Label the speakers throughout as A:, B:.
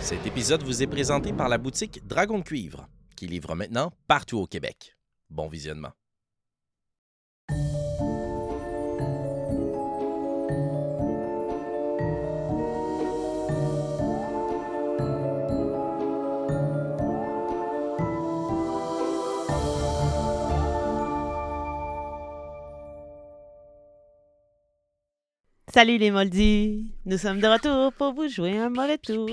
A: Cet épisode vous est présenté par la boutique Dragon de Cuivre, qui livre maintenant partout au Québec. Bon visionnement.
B: Salut les Moldis! Nous sommes de retour pour vous jouer un mauvais tour.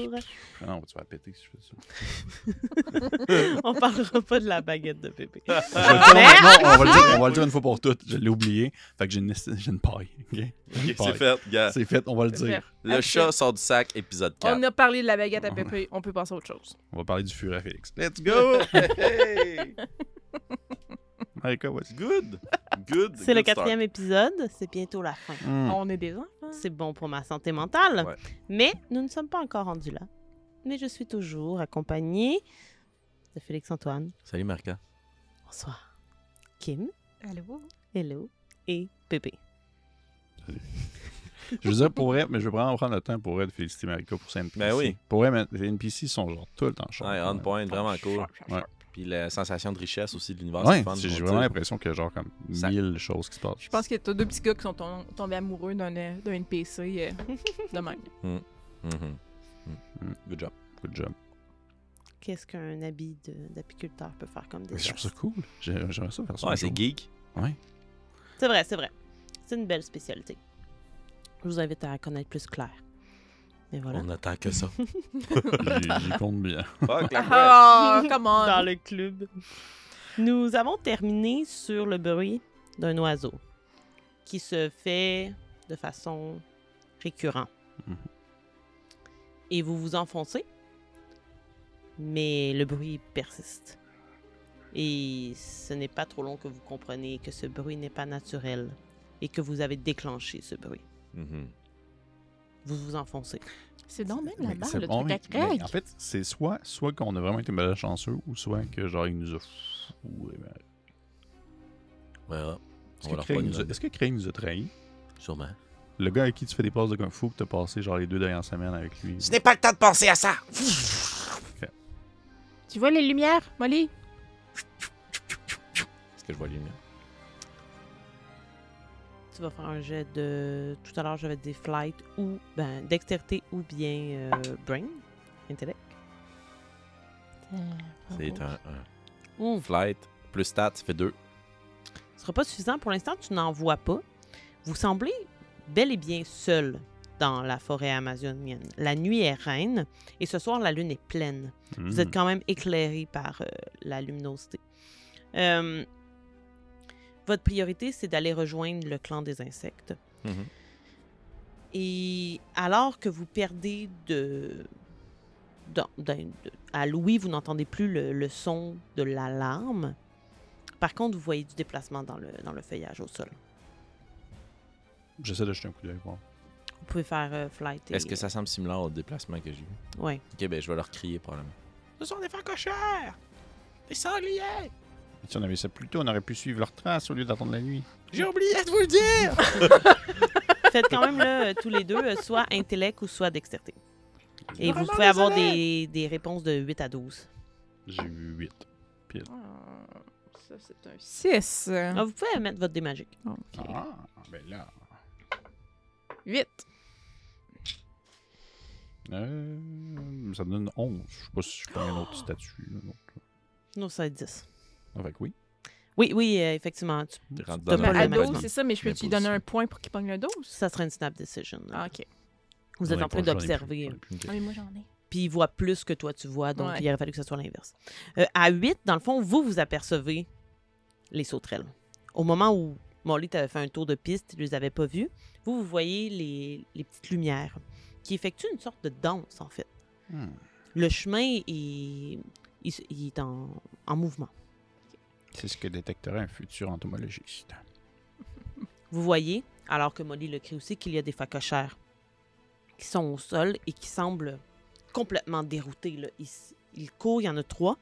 C: Ah Non, tu vas péter si je fais ça.
B: On parlera pas de la baguette de Pépé.
C: Je vais le dire- non, on va, le dire, on va le dire une fois pour toutes. Je l'ai oublié. Fait que j'ai une, j'ai une paille. ok? Une paille.
A: C'est fait, gars.
C: C'est fait, on va le
D: C'est
C: dire.
A: Le chat sort du sac, épisode 4.
D: On a parlé de la baguette à
C: Mm-hmm.
D: Pépé, on peut passer à autre chose.
C: On va parler du furet Félix.
A: Let's go! Hey!
C: Allez, quoi, vas-y.
A: Good! Good!
B: C'est le
A: Good start.
B: quatrième épisode, c'est bientôt la fin.
C: Hmm.
D: On est des enfants.
B: C'est bon pour ma santé mentale.
A: Ouais.
B: Mais nous ne sommes pas encore rendus là. Mais je suis toujours accompagnée de Félix-Antoine.
A: Salut, Marca.
B: Bonsoir. Kim,
D: Allô?
B: hello et Pépé.
C: Je veux dire pour vrai, mais je vais vraiment prendre le temps pour elle de féliciter Marika pour sa NPC.
A: Ben oui.
C: Pour vrai, mais les NPC sont genre tout le temps chers.
A: Ouais, on point, vraiment cool.
C: Ouais.
A: Puis la sensation de richesse aussi de l'univers,
C: Ouais,
A: c'est fun.
C: j'ai
A: on
C: j'ai
A: dit.
C: vraiment l'impression qu'il y a genre comme
A: Ça-
C: mille choses qui se passent.
D: Je pense que t'as deux petits gars qui sont tom- tombés amoureux d'un euh, d'un NPC euh, de même.
A: Mhm. Mhm. Good job.
C: Good job.
B: Qu'est-ce qu'un habit de- d'apiculteur peut faire comme des
C: Mais Je trouve ça cool. J'ai- J'aimerais ça faire ça. un
A: Ouais, c'est
C: jour.
A: geek.
B: C'est vrai, c'est vrai. C'est une belle spécialité. Je vous invite à connaître plus Claire. Mais voilà.
A: On attend que ça.
C: J'y- J'y compte bien.
A: Fuck la
D: Ah, comment?
B: dans le club. Nous avons terminé sur le bruit d'un oiseau qui se fait de façon récurrente.
C: Mhm.
B: Et vous vous enfoncez, mais le bruit persiste. Et ce n'est pas trop long que vous comprenez que ce bruit n'est pas naturel et que vous avez déclenché ce bruit.
A: Mhm.
B: Vous vous enfoncez.
D: C'est donc même la
C: Mais
D: balle,
C: c'est
D: le
C: bon,
D: truc à
C: mais- mais
D: craig.
C: En fait, c'est soit, soit qu'on a vraiment été malchanceux ou soit que genre il nous a. fou- eh ben,
A: On verra.
C: Est-ce
A: On
C: que,
A: leur
C: Craig
A: pogne
C: nous a...
A: là.
C: est-ce que Craig nous a trahis
A: Sûrement.
C: Le gars avec qui tu fais des passes de Kung Fu que t'as passé genre les deux dernières semaines avec lui.
A: n'ai pas le temps de penser à ça!
D: Tu vois les lumières, Molly?
A: Est-ce que je vois les lumières?
B: Tu vas faire un jet de. Tout à l'heure, j'avais dit flight ou. Ben, dextérité ou bien euh, brain, intellect.
A: C'est un, un
B: Ouf.
A: flight plus stat, ça fait deux.
B: Ce sera pas suffisant. Pour l'instant, tu n'en vois pas. Vous semblez bel et bien seul dans la forêt amazonienne. La nuit est reine et ce soir, la lune est pleine.
C: Hmm.
B: Vous êtes quand même éclairé par euh, la luminosité. Euh, votre priorité, c'est d'aller rejoindre le clan des insectes.
A: Mhm.
B: Et alors que vous perdez de... dans- dans- de- à l'ouïe, vous n'entendez plus le, le son de l'alarme. Par contre, vous voyez du déplacement dans le, dans le feuillage au sol.
C: J'essaie de jeter un coup d'œil. voir.
B: Vous pouvez faire euh, flight. et-
A: Est-ce que ça semble similaire au déplacement que j'ai eu?
B: Ouais.
A: Ok, ben je vais leur crier probablement. Ce sont des fancochères! Des sangliers!
C: Si on avait ça plus tôt, on aurait pu suivre leurs traces au lieu d'attendre la nuit.
A: J'ai oublié de vous le dire!
B: Faites quand même là, euh, tous les deux, euh, soit intellect ou soit dextérité. Et vous
A: Vraiment
B: pouvez avoir
A: désolé.
B: des, des réponses de 8 à 12.
C: J'ai eu 8.
D: Ah, Ça, c'est un 6.
B: Ah, vous pouvez mettre votre dé magique.
C: Ah, ben là.
D: 8.
C: Euh, ça me donne 11. Je sais pas si je prends un autre statut. là, donc.
B: Non, ça va être 10.
C: Ah, fait que oui.
B: Oui, oui, euh, effectivement. tu-
A: T'es rendu
B: T'as
A: dans
B: pas
A: un
B: le
D: à
B: même.
D: 12, c'est ça, mais je peux
C: Mais
D: lui
C: pas
D: donner
C: aussi.
D: un point pour qu'il pogne le 12?
B: ça serait une snap decision. là.
D: Ah, ok.
B: Vous êtes
C: J'en ai
B: en train
C: pas- j'en ai plus,
B: d'observer.
C: j'en ai plus.
A: Ok.
D: Ah, mais moi, j'en ai.
B: puis il voit plus que toi tu vois, donc
D: Ouais.
B: il aurait fallu que ce soit l'inverse. Euh, à 8, dans le fond, vous, vous apercevez les sauterelles. Au moment où Molly t'avait fait un tour de piste, tu les avais pas vues, vous, vous voyez les, les petites lumières qui effectuent une sorte de danse, en fait.
C: Hmm.
B: Le chemin est, il, se- il est en, en mouvement.
C: C'est ce que détecterait un futur entomologiste.
B: Vous voyez, alors que Molly le crie aussi, qu'il y a des facochères qui sont au sol et qui semblent complètement déroutés. Là. Ils, ils courent, il y en a trois.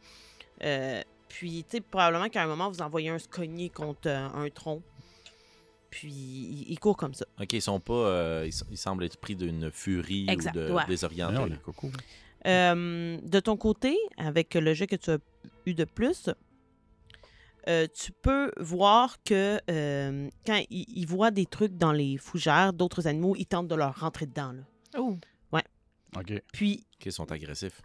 B: Euh, puis, tu sais, probablement qu'à un moment, vous envoyez un se cogner contre euh, un tronc. Puis, ils, ils courent comme ça.
A: Ok, ils sont pas. euh, ils, sont- ils semblent être pris d'une furie
B: Exact,
A: ou de
B: ouais.
C: Ah,
A: désorientés.
C: non,
A: là.
C: les cocos.
B: Euh, de ton côté, avec le jet que tu as eu de plus, euh, tu peux voir que euh, quand ils ils voient des trucs dans les fougères, d'autres animaux, ils tentent de leur rentrer dedans. là.
D: Oh,
C: OK.
B: Puis,
A: Qui sont agressifs.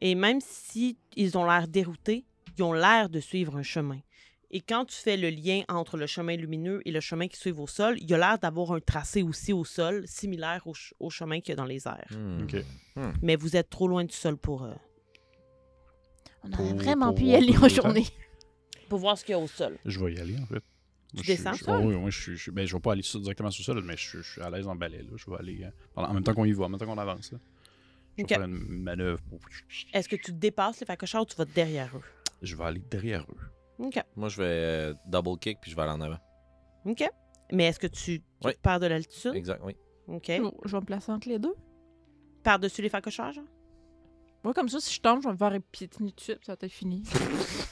B: et même si ils ont l'air déroutés, ils ont l'air de suivre un chemin. Et quand tu fais le lien entre le chemin lumineux et le chemin qui suivent au sol, il y a l'air d'avoir un tracé aussi au sol, similaire au, ch- au chemin qu'il y a dans les
A: Mm.
B: airs.
A: Hmm.
C: OK.
B: Mais vous êtes trop loin du sol pour, euh,
D: on aurait
C: Pour-
D: vraiment
C: pour
D: pu y
C: voir
D: aller
C: plus
D: en
C: de temps.
D: journée.
B: pour voir ce qu'il y a au sol.
C: Je vais y aller, en fait. Moi, je-
B: descends,
C: je,
B: ça?
C: Oui, oui, je, suis- je, ben, je vais pas aller sur- directement sur ça, là, mais je, je suis à l'aise en balai. Là. Je vais aller. euh, pendant- en même temps qu'on y va, en même temps qu'on avance. Là. Je vais
B: Ok.
C: faire une manœuvre pour.
B: Est-ce que tu dépasses les facochères ou tu vas derrière eux?
C: Je vais aller derrière eux.
B: OK.
A: Moi, je vais euh, double kick puis je vais aller en avant.
B: OK. Mais est-ce que tu, tu
A: Oui.
B: perds de l'altitude?
A: Exact, oui.
B: OK.
D: Je, je vais me placer entre les deux.
B: Par-dessus les facochères, genre?
D: Moi, comme ça, si je tombe, je vais me faire piétiner dessus, puis ça va être fini.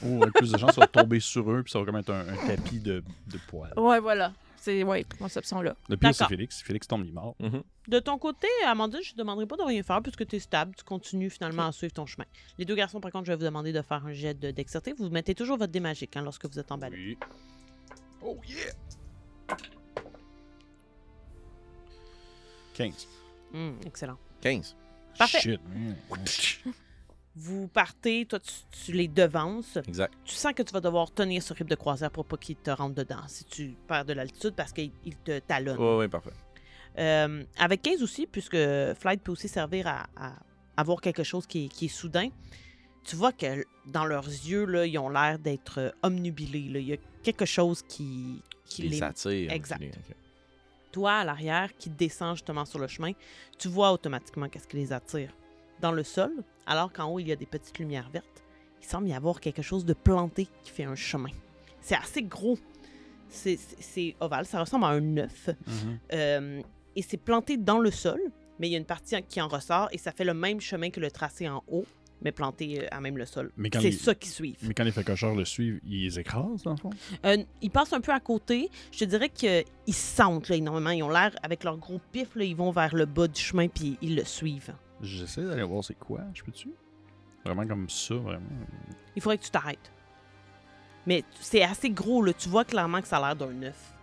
C: Oh, avec plus de chance, ça va tomber sur eux, puis ça va comme être un, un tapis de, de poils.
D: Ouais, voilà. C'est, ouais, conception-là.
C: Le pire, c'est
B: Oh, D'accord.
C: Félix. Si Félix tombe, il est mort.
A: Mm-hmm.
B: De ton côté, Amandine, je te demanderai pas de rien faire puisque tu es stable. Tu continues finalement à suivre ton chemin. Les deux garçons, par contre, je vais vous demander de faire un jet de dextérité. Vous mettez toujours votre dé magique hein, lorsque vous êtes emballé.
C: Oui. Oh yeah! 15.
B: Hum, excellent.
A: 15.
B: Parfait.
C: Shit, man.
B: Vous partez, toi, tu, tu les devances.
A: Exact.
B: Tu sens que tu vas devoir tenir ce rythme de croisière pour pas qu'il te rentre dedans si tu perds de l'altitude parce qu'il il te talonne.
A: Oui, oui, parfait.
B: Euh, avec 15 aussi, puisque Flight peut aussi servir à, à avoir quelque chose qui est, qui est soudain, tu vois que l- dans leurs yeux, là, ils ont l'air d'être euh, omnubilés. là. Il y a quelque chose qui, qui
A: les
B: les...
A: attire.
B: Exact.
A: Ok.
B: Toi, à l'arrière, qui descend justement sur le chemin, tu vois automatiquement qu'est-ce qui les attire. Dans le sol, alors qu'en haut, il y a des petites lumières vertes, il semble y avoir quelque chose de planté qui fait un chemin. C'est assez gros. C'est- C'est c'est ovale, ça ressemble à un œuf.
C: Mhm.
B: Euh, et c'est planté dans le sol, mais il y a une partie en- qui en ressort et ça fait le même chemin que le tracé en haut, mais planté euh, à même le sol.
C: Mais quand
B: C'est
C: les-
B: ça qui suivent.
C: Mais quand les facocheurs le suivent, ils les écrasent, dans le fond?
B: Euh, ils passent un peu à côté. Je te dirais qu'ils sentent là, énormément. Ils ont l'air, avec leur gros pif, là, ils vont vers le bas du chemin puis ils le suivent.
C: J'essaie d'aller voir c'est quoi, je peux-tu? Vraiment comme ça, vraiment.
B: Il faudrait que tu t'arrêtes. Mais tu- c'est assez gros, là. Tu vois clairement que ça a l'air d'un œuf.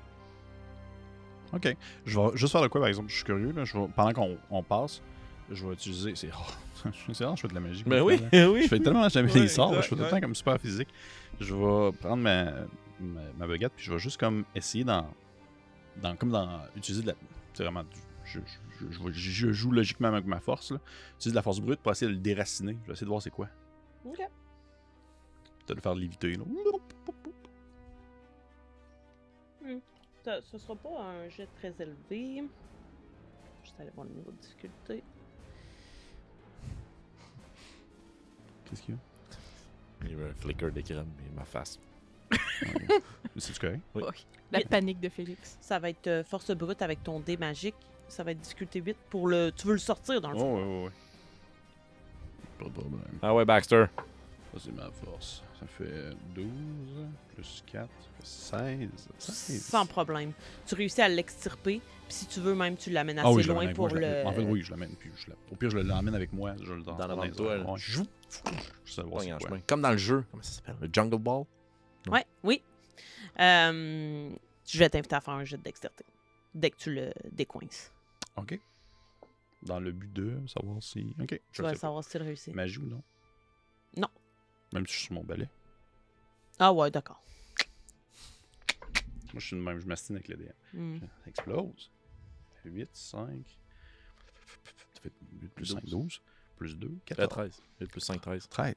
C: Ok. Je vais juste faire de quoi, par exemple, je suis curieux, là. Je vais- pendant qu'on on passe, je vais utiliser. C'est rare, c'est rare, je fais de la magie.
A: Ben
C: comme
A: oui,
C: ça, là.
A: oui.
C: Je fais tellement jamais
A: Ouais,
C: des sorts, là, je
A: exact,
C: fais tout le
A: ouais.
C: temps comme super physique. Je vais prendre ma, ma, ma baguette, puis je vais juste comme essayer d'en. Dans, comme dans. Utiliser de la. C'est vraiment. du- Je, je- je- je- je joue logiquement avec ma force, là. Utiliser de la force brute pour essayer de le déraciner. Je vais essayer de voir c'est quoi.
B: OK.
C: Peut-être le faire léviter, là.
B: Ça, ce sera pas un jet très élevé. Juste aller voir le niveau de difficulté.
C: Qu'est-ce qu'il y a
A: Il y a eu un flicker d'écran et ma face.
C: C'est correct.
A: Oui.
D: Ouais. La panique de Félix.
B: Ça va être euh, force brute avec ton dé magique. Ça va être difficulté 8 pour le. Tu veux le sortir dans le fond.
C: Oh, ouais, ouais, ouais. Pas de problème.
A: Ah ouais, Baxter.
C: Ça, c'est ma force. Ça fait 12 plus 4, ça fait 16. 16.
B: Sans problème. Tu réussis à l'extirper. Puis si tu veux, même, tu l'amènes assez
C: Ah oui, je
B: loin
C: l'amène avec moi,
B: pour
C: je l'amène.
B: le.
C: En fait, oui, je l'amène. Puis je la- Au pire, je l'emmène avec moi. Je le
A: Dans l'avant de toi, là.
C: Je savoir
A: Pogne
C: c'est
A: en
C: quoi.
A: chemin. Comme dans le jeu. Comment ça s'appelle Le Jungle Ball
B: Ouais, oui. Euh, je vais t'inviter à faire un jet de dextérité dès que tu le décoinces.
C: OK. Dans le but de savoir si... OK,
B: Tu
C: je
B: vas
C: le sais pas.
B: savoir si tu le réussis.
C: Magie ou non?
B: Non.
C: Même si je suis sur mon balai.
B: Ah ouais, d'accord.
C: Moi, je suis de même. Je m'astine avec le DM.
B: Hmm.
C: Ça explose. 8, 5... Ça fait 8 plus 5, 12. Plus 2, 14.
A: 13. 8 plus 5, 13.
C: 13.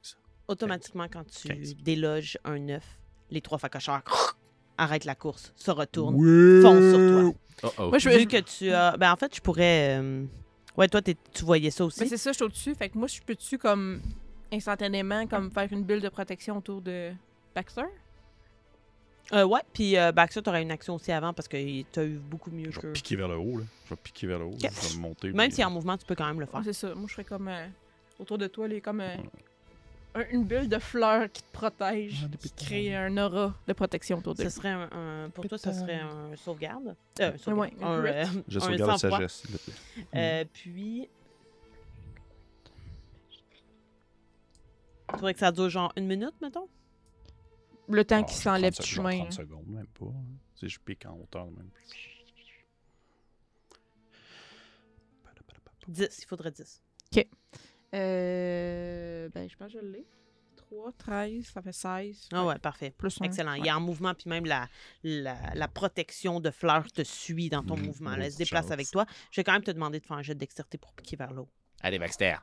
B: Automatiquement, quand tu
C: 15.
B: déloges un œuf, les trois facocheurs arrêtent la course, se retournent.
C: Oui.
B: Fonce sur toi.
A: Oh oh.
D: Moi, je
B: Vu
D: veux.
B: que tu as. Ben, en fait, je pourrais. euh, Ouais, toi, t'es- tu voyais ça aussi.
D: Mais c'est ça, je suis au-dessus. Fait que moi, je peux-tu, comme, instantanément, comme, faire une bulle de protection autour de Baxter?
B: Euh, ouais, puis euh, Baxter, t'aurais une action aussi avant parce que t'as eu beaucoup mieux
C: Je
B: que.
C: vais piquer vers le haut, là. Je vais piquer vers le haut. Je vais me monter.
B: Même
C: puis-
B: si en mouvement, tu peux quand même le faire.
D: Ouais, c'est ça. Moi, je serais comme, euh, autour de toi, les, comme, euh, un- une bulle de fleurs qui te protège,
C: Ah, des
D: qui
C: pétales.
D: crée un aura de protection autour de
B: Ce serait un, un- pour toi, ça serait un sauvegarde. Euh, un
D: Ouais,
B: sauvegarde.
D: un
B: un,
D: crit.
B: euh,
C: Je
B: un Euh,
C: sauvegarde la
B: sang-froid.
C: sagesse, s'il te plaît.
B: Euh, puis, Faudrait que ça dure genre une minute, mettons.
D: Le temps
C: Ah,
D: qu'il
C: genre
D: s'enlève
C: 30
D: du
C: secondes,
D: chemin.
C: genre 30 secondes, même pas. hein. Tu sais, je pique en hauteur de même.
B: 10, il faudrait 10.
D: Euh, ben, je pense que je l'ai. 3, 13, ça fait 16.
B: Ah ouais, parfait.
D: Plus un.
B: Excellent. Il est en mouvement, puis même la, la, la protection de fleurs te suit dans ton
C: Mhm.
B: mouvement. là. Elle se
A: Bonne
B: déplace
A: chance.
B: avec toi. Je vais quand même te demander de faire un jet de dextérité pour piquer vers l'eau.
A: Allez, Baxter.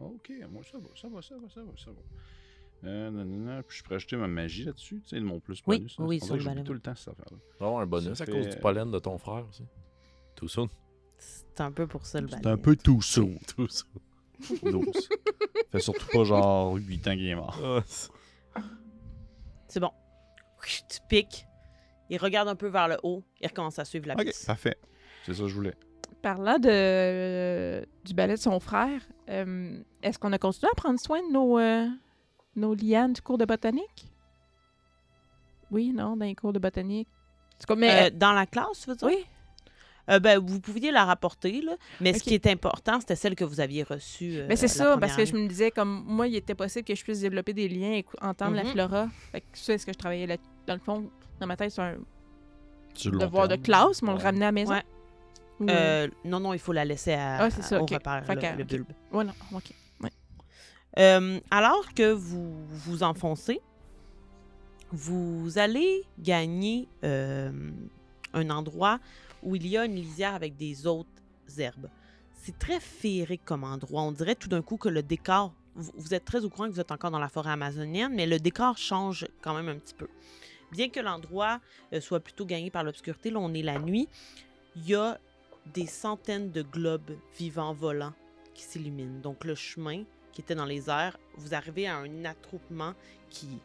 C: Ok, moi ça va, ça va, ça va, ça va, ça va. Euh, nanana, puis je pourrais ajouter ma magie là-dessus, tu sais, de mon plus
B: Oui,
C: bonus. hein.
B: oui,
C: c'est
B: sur le
C: tout
B: ballon.
C: le temps cette affaire-là.
E: Tu vas avoir un bonus
C: Ça
E: à cause
C: fait-
F: euh,
E: du pollen de ton frère aussi. Tout soon.
B: C'est un peu pour ça le
C: C'est
B: balai.
C: un peu tout saut.
E: Tout soon.
C: 12. fait surtout pas genre 8 ans qu'il est mort.
E: Ah, c'est-
B: C'est bon. Tu piques. Il regarde un peu vers le haut. Il recommence à suivre la
C: Ok,
B: piste.
C: parfait. C'est ça que je voulais.
D: Parlant de, euh, du ballet de son frère, euh, est-ce qu'on a continué à prendre soin de nos, euh, nos lianes du cours de botanique? Oui, non, dans les cours de botanique. En tout cas,
B: Euh,
D: mais...
B: dans la classe, tu veux dire?
D: oui,
B: Euh, ben, vous pouviez la rapporter, là, mais ce
D: Ok.
B: qui est important, c'était celle que vous aviez reçue. euh,
D: mais c'est
B: la
D: ça, parce
B: première
D: que
B: année.
D: je me disais, comme moi, il était possible que je puisse développer des liens et cou- entendre
B: Mhm.
D: la flora. Fait que ça, est-ce que je travaillais là Dans le fond, dans ma tête, c'est un
C: Sur le long
D: devoir de
C: terme.
D: classe, mais on le
C: Ouais.
D: ramenait à la maison.
B: Ouais.
D: Ou-
B: Euh, non, non, il faut la laisser à,
D: Ah, c'est ça,
B: au
D: ok.
B: repère,
D: Fait
B: là,
D: que-
B: le
D: ok.
B: bulbe.
D: Ouais, non, ok.
B: Euh, alors que vous vous enfoncez, vous allez gagner euh, un endroit où il y a une lisière avec des autres herbes. C'est très féerique comme endroit. On dirait tout d'un coup que le décor, vous, vous êtes très au courant que vous êtes encore dans la forêt amazonienne, mais le décor change quand même un petit peu. Bien que l'endroit euh, soit plutôt gagné par l'obscurité, là on est la nuit, il y a des centaines de globes vivants volants qui s'illuminent. Donc le chemin qui était dans les airs, vous arrivez à un attroupement qui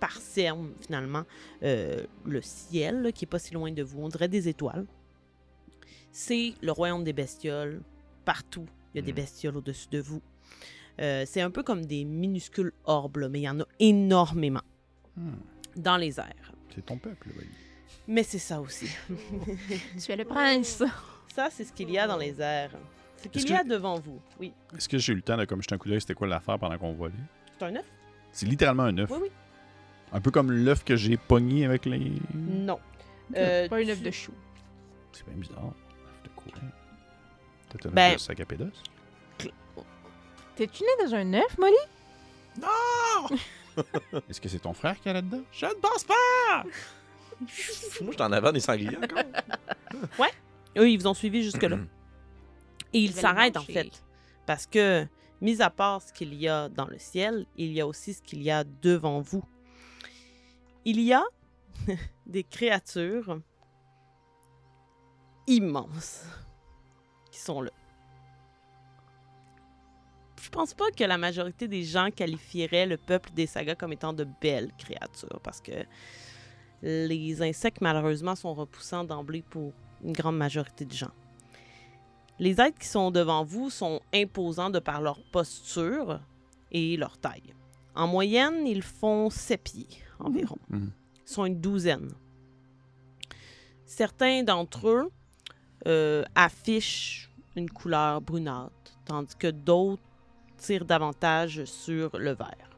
B: parsème finalement euh, le ciel, là, qui est pas si loin de vous. On dirait des étoiles. C'est le royaume des bestioles. Partout, il y a des
E: Mm.
B: bestioles au-dessus de vous. Euh, c'est un peu comme des minuscules orbes, là, mais il y en a énormément
C: Hmm,
B: dans les airs.
C: c'est ton peuple, oui.
B: Mais c'est ça aussi.
D: Tu es le prince.
B: Ça, c'est ce qu'il y a dans les airs. Ce qu'il
C: Est-ce
B: y a
C: que-
B: devant vous. Oui.
C: Est-ce que j'ai eu le temps de comme jeter un coup d'œil, c'était quoi l'affaire pendant qu'on volait?
B: C'est un œuf?
C: C'est littéralement un œuf.
B: Oui, oui.
C: Un peu comme l'œuf que j'ai pogné avec les.
B: Non. Euh,
D: Hmm. pas une œuf
B: tu-
D: de chou.
C: C'est bien bizarre. Œuf de quoi? Peut-être un œuf
B: Ben-
C: de sac à pédos?
D: T'es-tu né dans un œuf, Molly?
C: Est-ce que c'est ton frère qui est là-dedans?
A: Je ne pense pas! Moi, je t'en avant des sangliers encore.
B: Eux, ils vous ont suivi jusque-là.
F: Mm.
B: Et ils
D: vais le
B: s'arrêtent, en
D: manger.
B: fait. Parce que, mis à part ce qu'il y a dans le ciel, il y a aussi ce qu'il y a devant vous. Il y a des créatures immenses qui sont là. Je pense pas que la majorité des gens qualifieraient le peuple des sagas comme étant de belles créatures parce que les insectes malheureusement sont repoussants d'emblée pour une grande majorité de gens. Les êtres qui sont devant vous sont imposants de par leur posture et leur taille. En moyenne, ils font 7 pieds environ.
C: Mhm.
B: Ils sont une douzaine. Certains d'entre eux euh, affichent une couleur brunâtre, tandis que d'autres tirent davantage sur le vert.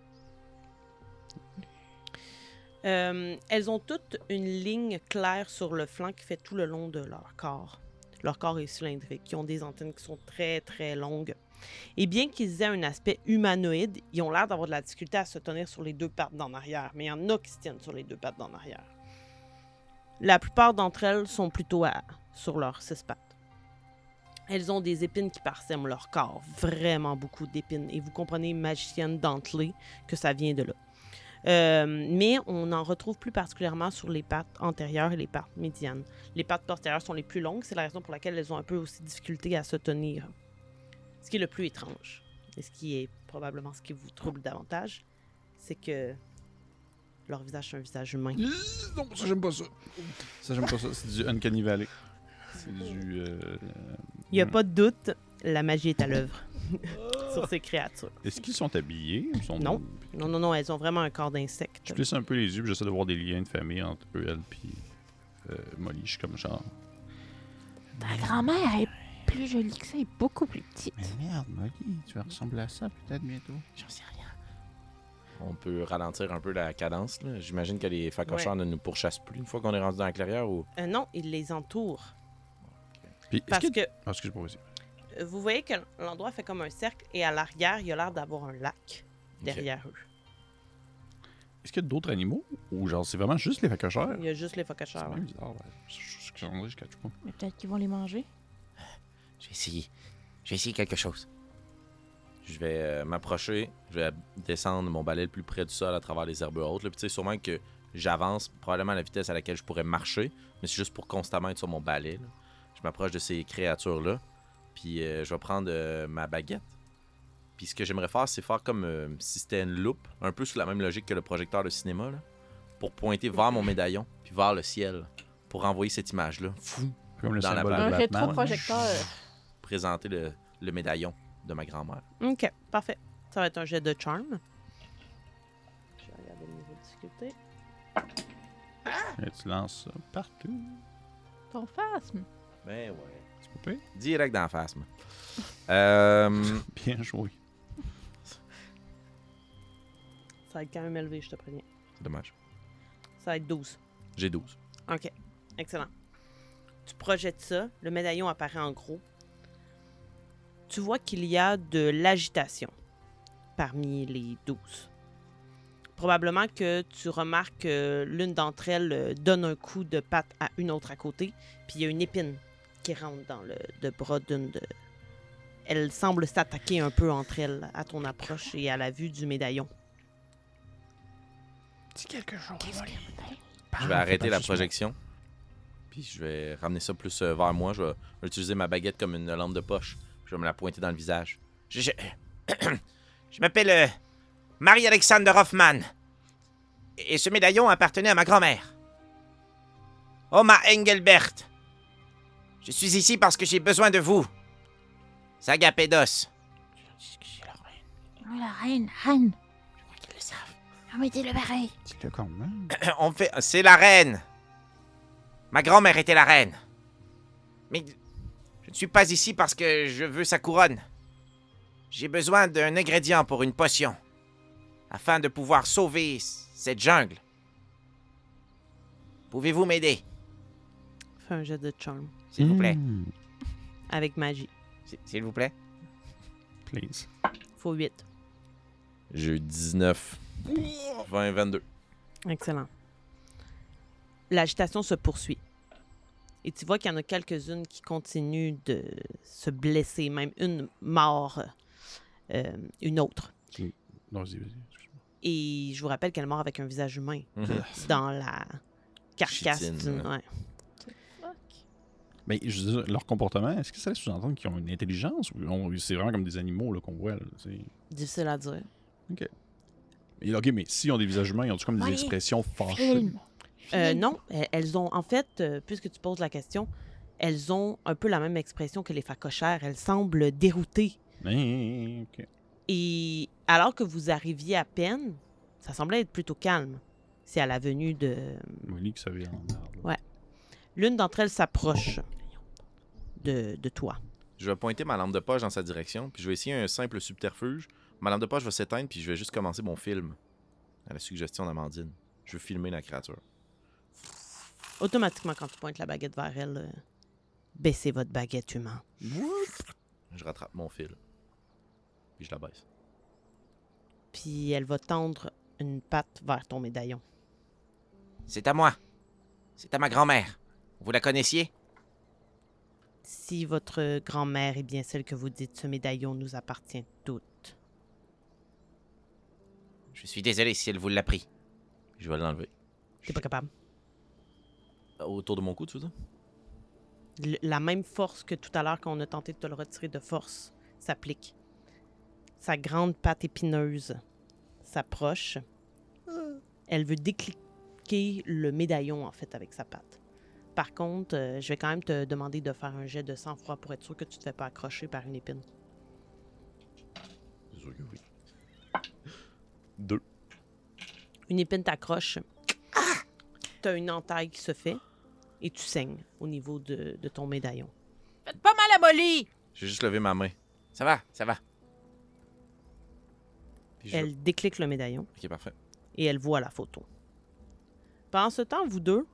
B: Euh, elles ont toutes une ligne claire sur le flanc qui fait tout le long de leur corps. Leur corps est cylindrique, qui ont des antennes qui sont très très longues. Et bien qu'ils aient un aspect humanoïde, ils ont l'air d'avoir de la difficulté à se tenir sur les deux pattes d'en arrière, mais il y en a qui se tiennent sur les deux pattes d'en arrière. La plupart d'entre elles sont plutôt à- sur leurs six pattes. Elles ont des épines qui parsèment leur corps, vraiment beaucoup d'épines, et vous comprenez, magicienne dentelée, que ça vient de là. Euh, mais on en retrouve plus particulièrement sur les pattes antérieures et les pattes médianes. Les pattes postérieures sont les plus longues, c'est la raison pour laquelle elles ont un peu aussi de difficulté à se tenir. Ce qui est le plus étrange, et ce qui est probablement ce qui vous trouble davantage, c'est que leur visage est un visage humain.
C: Non, ça j'aime pas ça. Ça j'aime pas ça. C'est du Uncanny Valley. C'est du. euh,
B: Il n'y a
C: Mm.
B: pas de doute, la magie est à l'œuvre sur ces créatures.
C: Est-ce qu'ils sont habillés Ils sont-
B: Non. Non, non, non, elles ont vraiment un corps
C: Je
B: d'insecte.
C: plisse un peu les yeux, puis j'essaie de voir des liens de famille entre eux, elle, puis euh, Molly. Je suis comme genre.
D: Ta grand-mère est plus jolie que ça et beaucoup plus petite.
C: merde, Molly, tu vas ressembler à ça peut-être bientôt.
B: J'en sais rien.
F: On peut ralentir un peu la cadence. là. J'imagine que les facocheurs ne nous pourchassent plus une fois qu'on est rendu dans la clairière ou.
B: Euh, non, il les entoure.
C: Puis, est-ce
B: Parce
C: que.
B: que
C: Ah, excuse-moi, vas-y.
B: euh, vous voyez que l'endroit fait comme un cercle et à l'arrière, il y a l'air d'avoir un lac derrière eux.
C: Est-ce qu'il y a d'autres animaux ou genre c'est vraiment juste les facochères
B: Il y a juste les
C: C'est
B: focasseurs.
C: bien bizarre. ouais. Je je- je- je catch pas.
D: Mais peut-être qu'ils vont les manger.
F: Je vais essayer. Je vais essayer quelque chose. Je vais euh, m'approcher. Je vais descendre mon balai le plus près du sol à travers les herbes hautes. là. Puis tu sais, sûrement que j'avance, probablement à la vitesse à laquelle je pourrais marcher, mais c'est juste pour constamment être sur mon balai. là. Je m'approche de ces créatures-là. Puis euh, je vais prendre euh, ma baguette. Puis ce que j'aimerais faire, c'est faire comme euh, si c'était une loupe, un peu sous la même logique que le projecteur de cinéma, là, pour pointer vers mon médaillon, puis vers le ciel, pour envoyer cette image-là. Fou!
C: Comme le
F: Dans la
C: symbole de
F: balle.
D: Un
C: Batman.
D: rétroprojecteur.
F: Présenter le- le médaillon de ma grand-mère.
B: Ok, parfait. Ça va être un jet de charme. Je vais regarder le niveau de difficulté.
C: Et tu lances ça partout.
D: Ton phasme.
F: Ben ouais.
C: C'est pas pire.
F: Direct d'en face, moi. Euh,
C: Bien joué.
B: Ça va être quand même élevé, je te préviens.
F: c'est dommage.
B: Ça va être 12.
F: J'ai 12.
B: Ok, excellent. Tu projettes ça, le médaillon apparaît en gros. Tu vois qu'il y a de l'agitation parmi les 12. Probablement que tu remarques que l'une d'entre elles euh, donne un coup de patte à une autre à côté, puis il y a une épine qui rentre dans le de bras d'une de... Elle semble s'attaquer un peu entre elles à ton approche et à la vue du médaillon.
C: Dis quelque chose.
F: Je vais arrêter la projection. Puis je vais ramener ça plus euh, vers moi. Je vais utiliser ma baguette comme une lampe de poche. Je vais me la pointer dans le visage. Je, je- je m'appelle euh, Marie-Alexandre Hoffman. Et ce médaillon appartenait à ma grand-mère. Oma Engelbert. Je suis ici parce que j'ai besoin de vous. Saga Pédos.
G: La reine, Han. Ah mais dis-le pareil.
C: Dis-le quand même.
F: Euh, On fait. C'est la reine. Ma grand-mère était la reine. Mais je ne suis pas ici parce que je veux sa couronne. J'ai besoin d'un ingrédient pour une potion. Afin de pouvoir sauver c- cette jungle. Pouvez-vous m'aider,
B: Fais un jet de charme
F: s'il vous plaît?
C: Mm.
B: avec magie.
F: S- S'il vous plaît?
C: Please.
B: Faut 8.
F: J'ai eu 19. 20, 22.
B: Excellent. L'agitation se poursuit. Et tu vois qu'il y en a quelques-unes qui continuent de se blesser, même une mort, euh, une autre.
C: Non, vas-y, vas-y. excuse-moi.
B: Et je vous rappelle qu'elle mort avec un visage humain dans la carcasse
F: Chitine,
B: d'une. ouais.
C: Mais je veux dire, leur comportement, est-ce que ça laisse sous-entendre qu'ils ont une intelligence ou on- c'est vraiment comme des animaux là, qu'on voit? Là, c'est-
B: Difficile à dire.
C: Et, ok, mais s'ils ont des visages humains, ils ont comme des
G: Oui.
C: expressions fâchées?
G: Film.
B: Euh,
G: Film.
B: non, e- elles ont, en fait, euh, puisque tu poses la question, elles ont un peu la même expression que les facochères. Elles semblent déroutées
C: Mais, Hein, ok.
B: Et alors que vous arriviez à peine, ça semblait être plutôt calme. C'est à la venue de...
C: Molly qui savait en merde, là.
B: L'une d'entre elles s'approche de, de toi.
F: Je vais pointer ma lampe de poche dans sa direction, puis je vais essayer un simple subterfuge. Ma lampe de poche va s'éteindre, puis je vais juste commencer mon film. À la suggestion d'Amandine. Je veux filmer la créature.
B: Automatiquement, quand tu pointes la baguette vers elle, euh, baissez votre baguette humain.
F: Je rattrape mon fil. Puis je la baisse.
B: Puis elle va tendre une patte vers ton médaillon.
F: C'est à moi. C'est à ma grand-mère. Vous la connaissiez?
B: Si votre grand-mère est bien celle que vous dites, ce médaillon nous appartient toutes.
F: Je suis désolé si elle vous l'a pris. Je vais l'enlever.
B: T'es pas capable.
F: Autour de mon cou, tu veux dire?
B: Le- la même force que tout à l'heure quand on a tenté de te le retirer de force s'applique. Sa grande patte épineuse s'approche. Elle veut décliquer le médaillon, en fait, avec sa patte. Par contre, euh, je vais quand même te demander de faire un jet de sang-froid pour être sûr que tu te fais pas accrocher par une épine.
F: Bien sûr que oui.
B: Une épine t'accroche. T'as une entaille qui se fait et tu saignes au niveau de, de ton médaillon.
G: Faites pas mal à Molly!
F: J'ai juste levé ma main. Ça va, ça va. Puis je-
B: Elle déclique le médaillon.
F: Ok, parfait.
B: et elle voit la photo. Pendant ce temps, vous deux,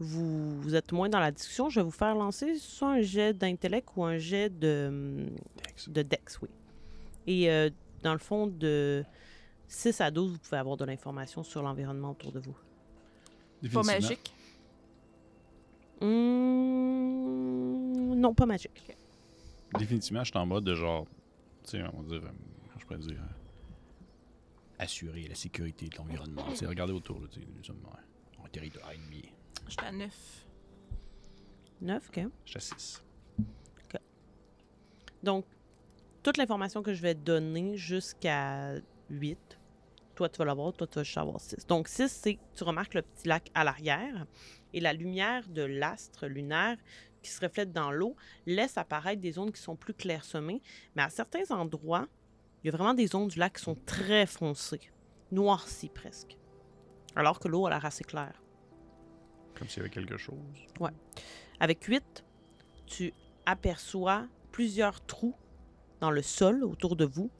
B: vous, vous êtes moins dans la discussion. Je vais vous faire lancer soit un jet d'intellect ou un jet de
C: Dex.
B: de Dex oui. Et euh, dans le fond, de 6 à 12, vous pouvez avoir de l'information sur l'environnement autour de vous.
D: Pas
C: Définitivement.
D: magique.
B: Hmm, non, pas magique.
C: Définitivement, je suis en mode de genre. Tu sais, on va dire. euh, comment je pourrais dire. euh, assurer la sécurité de l'environnement. Tu sais, regardez autour, là, tu sais, nous sommes euh, en territoire ennemi.
D: J'étais à neuf.
B: 9, OK.
C: J'assiste.
B: Donc, toute l'information que je vais te donner jusqu'à 8, toi tu vas l'avoir, toi tu vas juste avoir 6. Donc 6, c'est tu remarques le petit lac à l'arrière et la lumière de l'astre lunaire qui se reflète dans l'eau laisse apparaître des zones qui sont plus clairsemées. Mais à certains endroits, il y a vraiment des zones du lac qui sont très foncées, noircies presque. Alors que l'eau a l'air assez claire.
C: Comme s'il y avait quelque chose.
B: Avec 8, tu aperçois plusieurs trous dans le sol autour de vous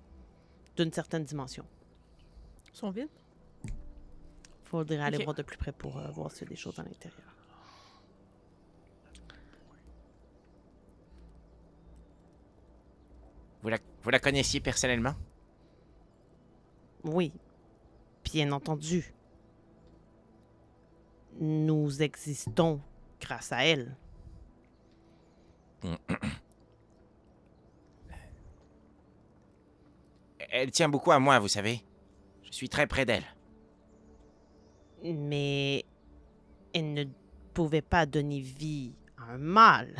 B: d'une certaine dimension.
D: Ils sont vides.
B: Faudrait aller
D: Ok.
B: voir de plus près pour euh, voir s'il y a des choses à l'intérieur.
F: Vous la, vous la connaissiez personnellement?
B: Oui. Bien entendu. Nous existons grâce à elle.
F: Elle tient beaucoup à moi, vous savez. Je suis très près d'elle.
B: Mais elle ne pouvait pas donner vie à un mâle.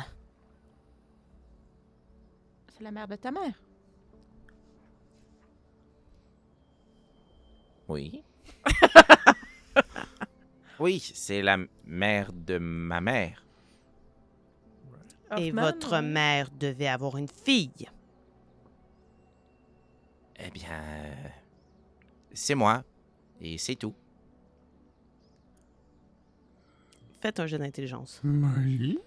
D: C'est la mère de ta mère.
F: Oui. oui, c'est la mère de ma mère.
B: et
D: Hoffman,
B: votre
D: ou-
B: mère devait avoir une fille.
F: Eh bien, euh, c'est moi. Et c'est tout.
B: Faites un jeu d'intelligence.
C: Molly?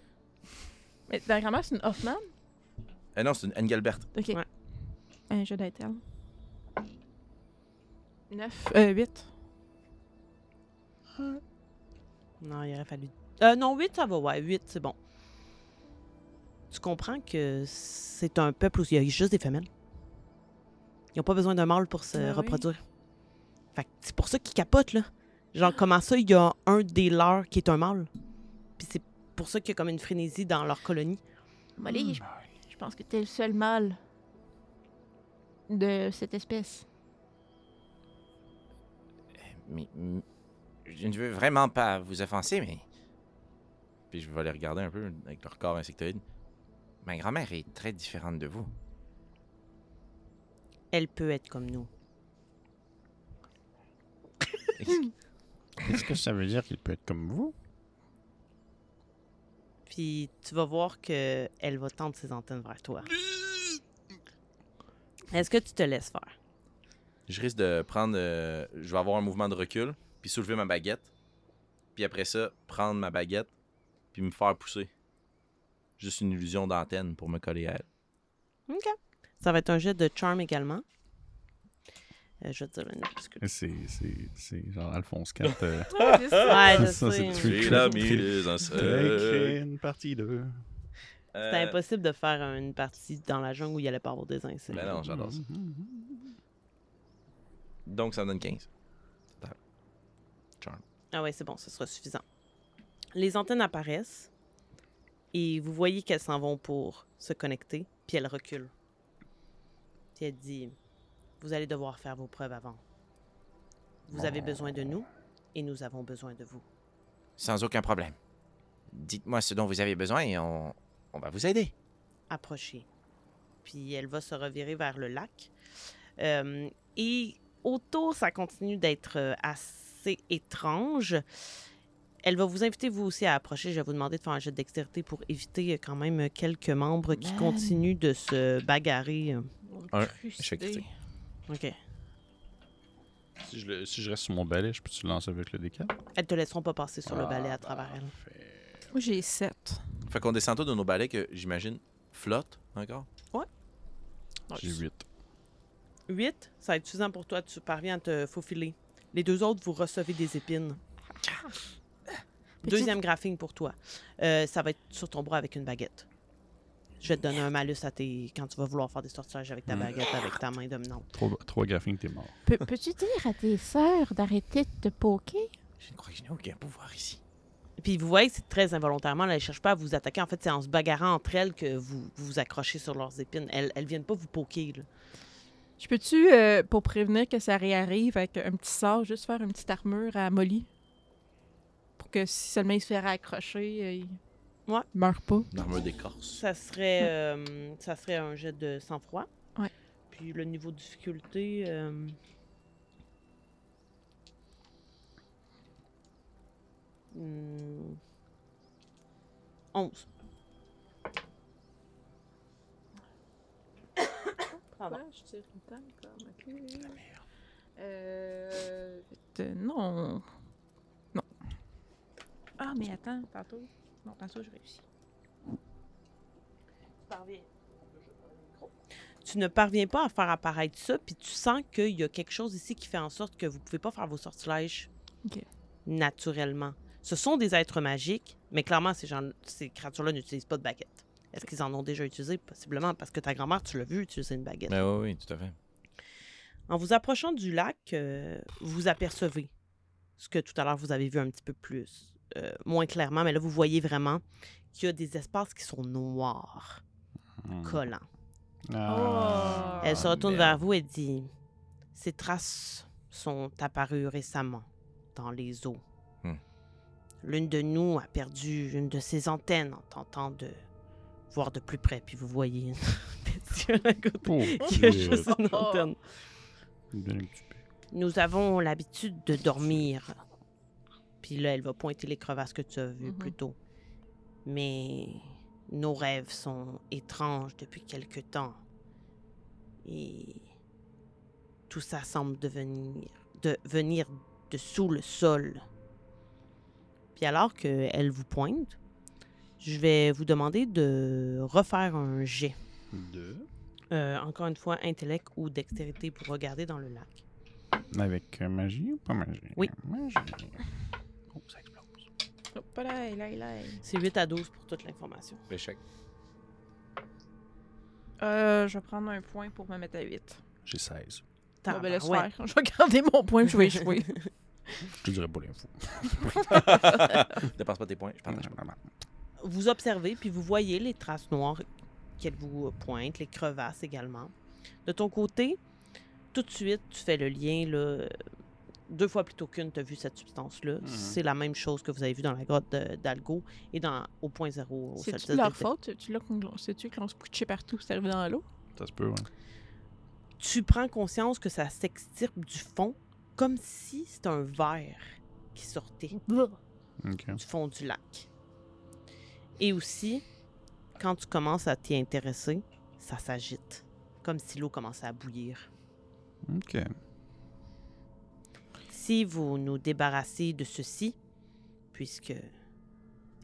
D: Mais ta grand-mère, c'est une Hoffman.
F: Euh, non, c'est une Engelbert.
D: Ok.
B: Ouais.
D: Un jeu d'intel. Neuf. Euh, huit.
B: Non, il aurait fallu. Euh, non, 8, ça va, ouais. 8, c'est bon. Tu comprends que c'est un peuple où il y a juste des femelles. Ils n'ont pas besoin d'un mâle pour se
D: Ah oui.
B: reproduire. Fait que c'est pour ça qu'ils capotent, là. Genre, comment ça, il y a un des leurs qui est un mâle? Puis c'est pour ça qu'il y a comme une frénésie dans leur colonie.
G: Molly, je- je pense que t'es le seul mâle de cette espèce.
F: Mais- mais- je ne veux vraiment pas vous offenser, mais. Puis je vais les regarder un peu avec leur corps insectoïde. Ma grand-mère est très différente de vous.
B: Elle peut être comme nous.
C: Est-ce que ça veut dire qu'il peut être comme vous?
B: Puis tu vas voir que elle va tendre ses antennes vers toi. Est-ce que tu te laisses faire?
F: Je risque de prendre. euh, je vais avoir un mouvement de recul, puis soulever ma baguette. Puis après ça, prendre ma baguette, puis me faire pousser. Juste une illusion d'antenne pour me coller à elle.
B: OK. Ça va être un jet de charm également. Euh, je vais te dire le nom. parce que-
C: C'est, c'est, c'est genre Alphonse 4. Euh,
B: Ouais, je
C: Ça, c'est
B: sais.
C: tricky. J'ai la mise
F: C'est
C: une partie 2.
B: C'était impossible de faire une partie dans la jungle où il n'y allait pas avoir des insectes.
C: Ben
F: Mais Euh, ben non, j'adore ça.
C: Mm-hmm.
F: Donc ça me donne 15.
B: Ah ouais, c'est bon, ce sera suffisant. Les antennes apparaissent et vous voyez qu'elles s'en vont pour se connecter, puis elles reculent. Puis elle dit Vous allez devoir faire vos preuves avant. Vous avez besoin de nous et nous avons besoin de vous.
F: Sans aucun problème. Dites-moi ce dont vous avez besoin et on, on va vous aider.
B: approcher. Puis elle va se revirer vers le lac. Euh, et autour, ça continue d'être euh, assez étrange. Elle va vous inviter, vous aussi, à approcher. Je vais vous demander de faire un jet de dextérité pour éviter euh, quand même quelques membres qui
D: Man.
B: continuent de se bagarrer. euh.
F: Un,
D: Crucifié.
F: échec critique.
B: OK.
C: Si je, le- si je reste sur mon balai, je peux-tu le lancer avec le D4?
B: Elles te laisseront pas passer sur le
C: Ah,
B: balai à travers elle.
C: parfait.
D: Moi, j'ai sept.
F: Fait qu'on descend tous de nos balais que j'imagine Flotte encore.
C: J'ai 8.
B: 8, ça va être suffisant pour toi. Tu parviens à te faufiler. Les deux autres, vous recevez des épines. Deuxième graphique pour toi. Euh, ça va être sur ton bras avec une baguette. Je vais te donner un malus à tes... quand tu vas vouloir faire des sortilèges avec ta
C: Mm.
B: baguette, avec ta main dominante.
C: 3, 3 graphings, t'es mort.
G: Pe- Peux-tu dire à tes sœurs d'arrêter de te poquer?
F: Je crois que je n'ai aucun pouvoir ici.
B: Puis vous voyez que c'est très involontairement. Là, elles ne cherchent pas à vous attaquer. En fait, c'est en se bagarrant entre elles que vous vous, vous accrochez sur leurs épines. Elles ne viennent pas vous poquer. là.
D: Je peux-tu, euh, pour prévenir que ça réarrive avec un petit sort, juste faire une petite armure à Molly? Pour que si seulement il se fait raccrocher, euh, il
B: Ouais.
D: meurt pas.
F: Une armure d'écorce.
B: Ça serait, euh, ça serait un jet de sang-froid.
D: Ouais.
B: Puis le niveau de difficulté. euh, hmm, 11. Pardon.
D: je tire une comme Euh, non. Non. Ah, mais attends, tantôt. Non, tantôt, je réussis.
B: Tu ne parviens pas à faire apparaître ça, puis tu sens qu'il y a quelque chose ici qui fait en sorte que vous ne pouvez pas faire vos sortilèges
D: Ok.
B: naturellement. Ce sont des êtres magiques, mais clairement, ces, gens, ces créatures-là n'utilisent pas de baguette. Est-ce qu'ils en ont déjà utilisé? Possiblement, parce que ta grand-mère, tu l'as vu utiliser une baguette.
F: Mais oui, Ben oui, tout à fait.
B: En vous approchant du lac, euh, vous apercevez ce que tout à l'heure vous avez vu un petit peu plus, euh, moins clairement, mais là vous voyez vraiment qu'il y a des espaces qui sont noirs,
C: Hmm.
B: collants.
C: Ah.
B: Elle se retourne
F: merde.
B: vers vous et dit Ces traces sont apparues récemment dans les eaux.
F: Hmm.
B: L'une de nous a perdu une de ses antennes en tentant de voir de plus près, puis vous voyez une bestiole à côté
C: Oh,
B: qui a
C: shit.
B: juste une antenne.
C: Donne un petit peu.
B: Nous avons l'habitude de dormir. Puis là, elle va pointer les crevasses que tu as vues
D: Mhm.
B: plus tôt. Mais nos rêves sont étranges depuis quelque temps. Et tout ça semble devenir de venir de sous le sol. Puis alors que elle vous pointe, je vais vous demander de refaire un jet.
C: Deux.
B: Euh, encore une fois, intellect ou dextérité pour regarder dans le lac.
C: Avec euh, magie ou pas magie?
B: Oui.
C: Magie. Oh, ça explose.
D: Hop là, là, là.
B: C'est 8 à 12 pour toute l'information.
F: Échec.
D: Euh, je vais prendre un point pour me mettre à 8.
C: J'ai 16.
D: Bon, ben, laisse
B: Tabarouette.
D: faire. Je vais garder mon point, je vais échouer.
C: Je te dirais pas l'info.
F: Dépense pas tes points, je partage pas.
B: Vous observez, puis vous voyez les traces noires qu'elle vous euh, pointe, les crevasses également. De ton côté, tout de suite, tu fais le lien, là, euh, deux fois plutôt qu'une, tu as vu cette substance-là.
C: Mhm.
B: C'est la même chose que vous avez vu dans la grotte de- d'Algo et dans au point zéro. au solstice
D: C'est-tu de leur
B: d'été.
D: faute? C'est-tu là qu'on- c'est-tu que l'on se pitchait partout, c'est arrivé dans l'eau?
C: Ça se peut, ouais.
B: tu prends conscience que ça s'extirpe du fond comme si c'était un verre qui sortait
C: Ok.
B: du fond du lac. Et aussi, quand tu commences à t'y intéresser, ça s'agite, comme si l'eau commençait à bouillir.
C: Ok.
B: Si vous nous débarrassez de ceci, puisque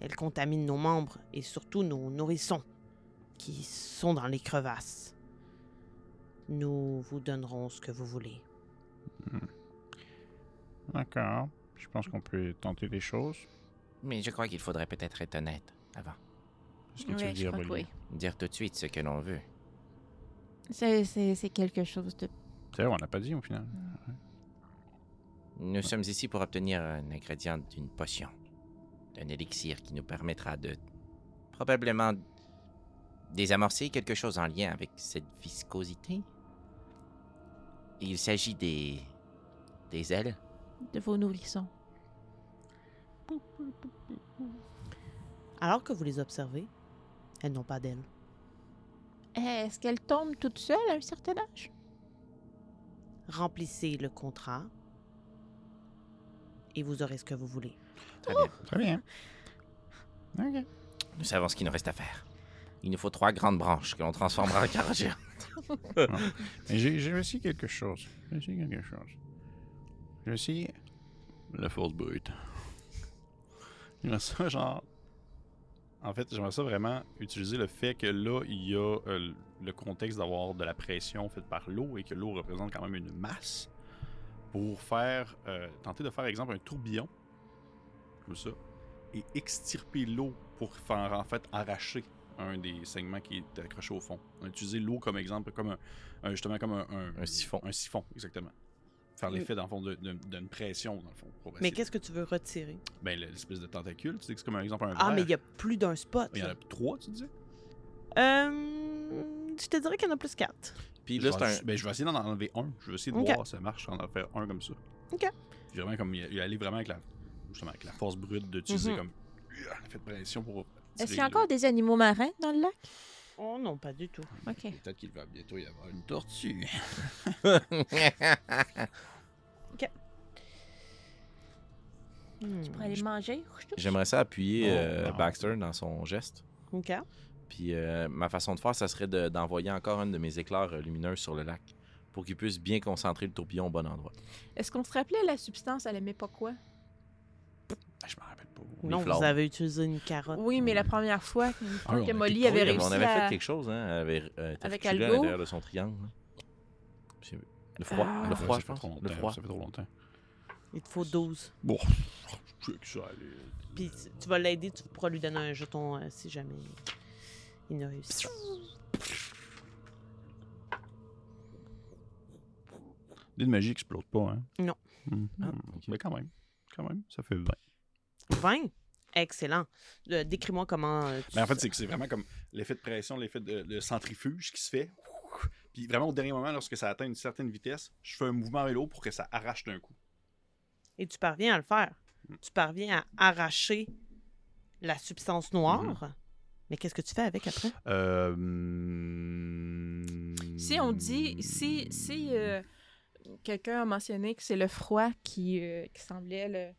B: elle contamine nos membres et surtout nos nourrissons qui sont dans les crevasses, nous vous donnerons ce que vous voulez.
C: D'accord. Je pense qu'on peut tenter des choses.
F: Mais je crois qu'il faudrait peut-être être honnête avant.
C: Qu'est-ce que tu veux dire, Molly?
F: Dire tout de suite ce que l'on veut.
G: C'est- C'est c'est quelque chose de...
C: C'est vrai, on l'a pas dit au final.
F: Nous sommes ici pour obtenir un ingrédient d'une potion, d'un élixir qui nous permettra de probablement désamorcer quelque chose en lien avec cette viscosité. Il s'agit des des ailes.
G: de vos nourrissons.
B: Alors que vous les observez, elles n'ont pas d'ailes.
G: Est-ce qu'elle tombe toute seule à un certain âge?
B: remplissez le contrat et vous aurez ce que vous voulez.
F: Très bien.
C: Très bien. Ok.
F: Nous savons ce qu'il nous reste à faire. Il nous faut trois grandes branches que l'on transformera en caragère.
C: Mais j'ai j'ai aussi quelque chose. J'ai aussi quelque chose. J'ai aussi. Le fausse brute. Il me ça, genre. En fait, j'aimerais ça vraiment utiliser le fait que là, il y a euh, le contexte d'avoir de la pression faite par l'eau et que l'eau représente quand même une masse pour faire, euh, tenter de faire, exemple, un tourbillon, comme ça, et extirper l'eau pour faire, en fait, arracher un des segments qui est accroché au fond. On a utilisé l'eau comme exemple, comme un, un- justement comme un,
F: Un siphon.
C: Un siphon, exactement. Faire l'effet, dans le fond, de- de- d'une pression, dans le fond. pour
B: Mais
C: essayer-
B: qu'est-ce que tu veux retirer?
C: Ben, l'espèce de tentacule, tu sais, que c'est comme, un exemple, un
B: Ah, mais
C: verre.
B: il y a plus d'un spot.
C: Il y en
B: là.
C: a trois, tu disais?
B: Euh, je te dirais qu'il y en a plus quatre.
F: Puis
C: je,
F: là,
C: vais,
F: c'est un.
C: ben, je vais essayer d'en enlever un. Je vais essayer de
B: Ok.
C: voir si ça marche en en faire un comme ça.
B: Ok.
C: Puis Vraiment comme il, il allait vraiment avec la, justement, avec la force brute d'utiliser
B: Mhm.
C: comme euh, l'effet de pression pour.
G: Est-ce qu'il y a encore des animaux marins dans le lac?
B: Oh non, pas du tout.
G: Ok.
C: Peut-être qu'il va bientôt y avoir une tortue.
B: Hmm.
G: Pour aller manger?
F: J'aimerais ça appuyer
C: Oh,
F: euh,
C: non.
F: Baxter dans son geste.
B: Ok.
F: Puis euh, ma façon de faire, ça serait de- d'envoyer encore une de mes éclairs euh, lumineux sur le lac pour qu'il puisse bien concentrer le tourbillon au bon endroit.
D: Est-ce qu'on se rappelait la substance, elle aimait pas quoi?
C: Ah, je me rappelle pas.
B: Non,
F: fleurs.
B: vous avez utilisé une carotte.
D: Oui, mais la première fois que,
C: Ah oui, on
D: que
C: a
D: Molly
C: été
D: avait
F: Oui, mais
C: courir,
D: réussi
F: on avait
D: à...
F: fait quelque chose, hein, avec, euh, était
D: Avec
F: reculé à
D: Algo.
F: l'intérieur de son triangle. hein. C'est- Le froid,
D: Ah.
F: le
C: Ouais,
F: froid,
C: ça
F: je
C: fait
F: pense.
C: trop
F: Le
C: longtemps.
F: froid.
C: Ça fait trop longtemps.
B: Il te faut 12.
C: Bon, je sais que ça allait.
B: Puis tu- tu vas l'aider, tu pourras lui donner un jeton euh, si jamais il ne réussit. pas.
C: L'idée de magie explose pas, hein?
B: Non.
C: Mhm.
F: Ah, ok.
C: Mais quand même. Quand même, ça fait 20.
B: 20? Excellent. Euh, Décris-moi comment euh, tu
C: Mais Ben, en fait, c'est que c'est vraiment comme l'effet de pression, l'effet de, de centrifuge qui se fait. Puis vraiment, au dernier moment, lorsque ça atteint une certaine vitesse, je fais un mouvement vélo pour que ça arrache d'un coup.
B: Et tu parviens à le faire. Tu parviens à arracher la substance noire.
C: Mhm.
B: Mais qu'est-ce que tu fais avec après?
C: Euh,
D: Si on dit, si, si euh, quelqu'un a mentionné que c'est le froid qui, euh, qui semblait le...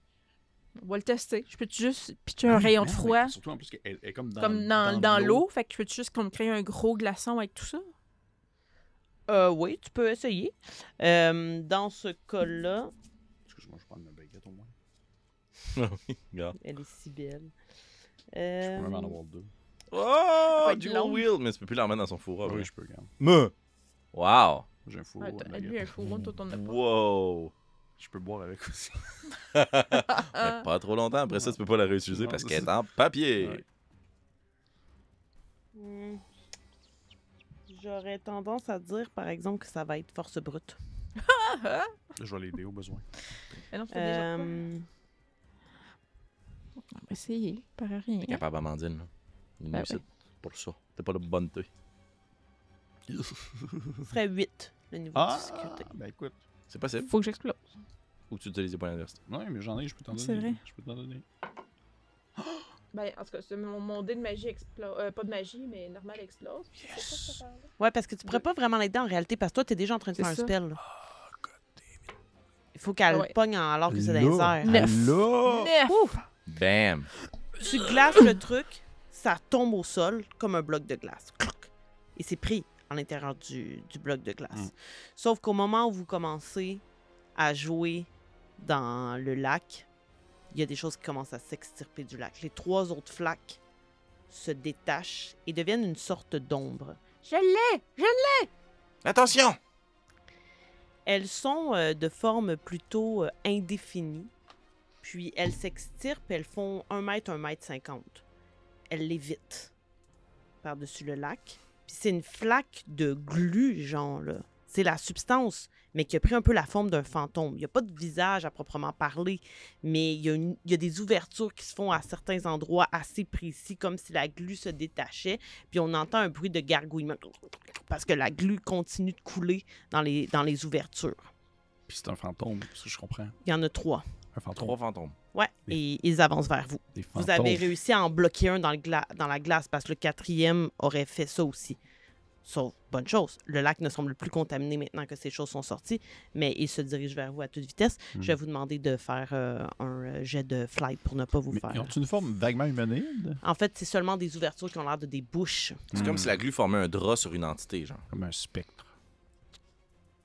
D: On va le tester. Je peux juste pitcher un
C: Oui,
D: rayon de
C: mais non,
D: froid
C: mais Surtout en plus qu'elle elle est comme dans,
D: comme dans, dans l'eau. Fait que je peux juste comme créer un gros glaçon avec tout ça.
B: Euh, oui, tu peux essayer. Euh, dans ce cas-là,
C: Excuse-moi, je vais prendre ma baguette au moins.
B: elle est si belle.
C: Je peux même en
B: Euh,
C: avoir deux.
F: Oh,
D: être
F: dual
D: long.
F: wheel! Mais tu peux plus l'emmener dans son four.
C: oui,
F: ouais.
C: je peux, regarde.
F: Wow!
C: J'ai un four.
D: Ah,
C: à
D: t'as-
C: baguette.
D: lui, un fourreau, toi, t'en as pas.
F: Wow!
C: Je peux boire avec aussi.
D: Ah, Euh.
F: Mais pas trop longtemps, après ça, tu peux pas la réutiliser
C: Non,
F: parce
C: c'est
F: qu'elle est
C: ça.
F: en papier.
C: Ouais.
B: hmm, J'aurais tendance à dire, par exemple, que ça va être force brute.
C: Je vais l'aider au besoin.
D: Mais non, c'est déjà quoi?
B: Euh,
D: On va essayer, par rien.
F: T'es capable, Amandine. là. Une
D: Ben
F: réussite pour ça. T'es pas le bon thé.
B: ce serait 8, le niveau de
C: Ah,
B: difficulté.
C: ben écoute.
F: C'est possible.
D: Faut que j'explose.
F: Ou tu utilises les points d'adversité.
C: Non, mais j'en ai, je peux t'en donner.
D: C'est vrai.
C: Je peux t'en donner.
D: Ben, en tout cas, c'est mon, mon dé de magie explose. euh, pas de magie, mais normal explose.
C: Yes!
B: Ouais, parce que tu pourrais pas vraiment l'aider en réalité, parce que toi, t'es déjà en train de
D: C'est
B: faire un
D: ça.
B: spell. là.
C: Ah,
B: Il faut qu'elle
D: Ah ouais.
B: pogne en- alors que c'est dans les airs.
D: Neuf.
C: Là!
D: Neuf!
F: Bam!
B: Tu glaces le truc, ça tombe au sol comme un bloc de glace. Clouc! Et c'est pris à l'intérieur du, du bloc de glace.
C: Mm.
B: Sauf qu'au moment où vous commencez à jouer dans le lac, il y a des choses qui commencent à s'extirper du lac. Les trois autres flaques se détachent et deviennent une sorte d'ombre.
G: Je l'ai! Je l'ai!
F: Attention!
B: Elles sont euh, de forme plutôt euh, indéfinie, puis elles s'extirpent, elles font 1 mètre, 1 mètre 50. Elles lévitent par-dessus le lac. Puis c'est une flaque de glu, genre, là. C'est la substance, mais qui a pris un peu la forme d'un fantôme. Il n'y a pas de visage à proprement parler, mais il y, a une- il y a des ouvertures qui se font à certains endroits assez précis, comme si la glu se détachait. Puis on entend un bruit de gargouillement, parce que la glu continue de couler dans les, dans les ouvertures.
C: Puis c'est un fantôme, ça je comprends.
B: Il y en a trois.
C: Un fantôme.
F: Trois fantômes.
B: Ouais, et ils avancent vers vous.
C: Des
B: Vous
C: fantômes.
B: avez réussi à en bloquer un dans, le gla- dans la glace parce que le quatrième aurait fait ça aussi. Sauf, bonne chose, le lac ne semble plus contaminé maintenant que ces choses sont sorties, mais il se dirige vers vous à toute vitesse.
C: Mhm.
B: Je vais vous demander de faire euh, un euh, jet de flight pour ne pas vous
C: Mais
B: faire. euh,
C: ils ont une forme vaguement humanoïde?
B: En fait, c'est seulement des ouvertures qui ont l'air de des bouches.
F: C'est comme si la glu formait un drap sur une entité, genre.
C: Comme un spectre.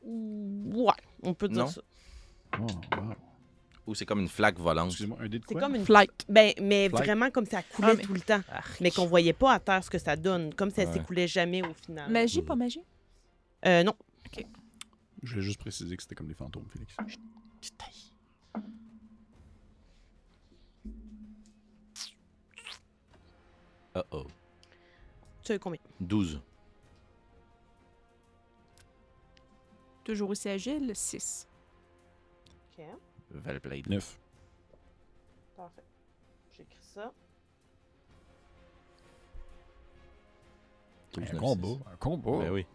B: Ouais, on peut dire
F: Non.
B: ça.
C: Oh, wow.
F: ou c'est comme une flaque volante?
C: Excusez-moi, un dé de
B: C'est
C: quoi?
B: comme une
D: Flight.
B: Ben, mais
C: Fly.
B: vraiment comme ça coulait
D: Ah, mais-
B: tout le temps.
F: Arc.
B: Mais qu'on voyait pas à terre ce que ça donne, comme ça
F: Ouais.
B: s'écoulait jamais au final.
D: Magie, pas magie?
B: Euh, non.
C: Je vais juste préciser que c'était comme des fantômes, Félix.
F: Oh oh.
B: Tu as eu combien?
F: 12.
D: Toujours aussi agile, 6.
B: OK.
F: Valblade.
C: Neuf.
B: Parfait. J'écris ça.
F: Douze,
C: Un
F: neuf,
C: combat,
F: six.
C: un combat.
F: Ben oui.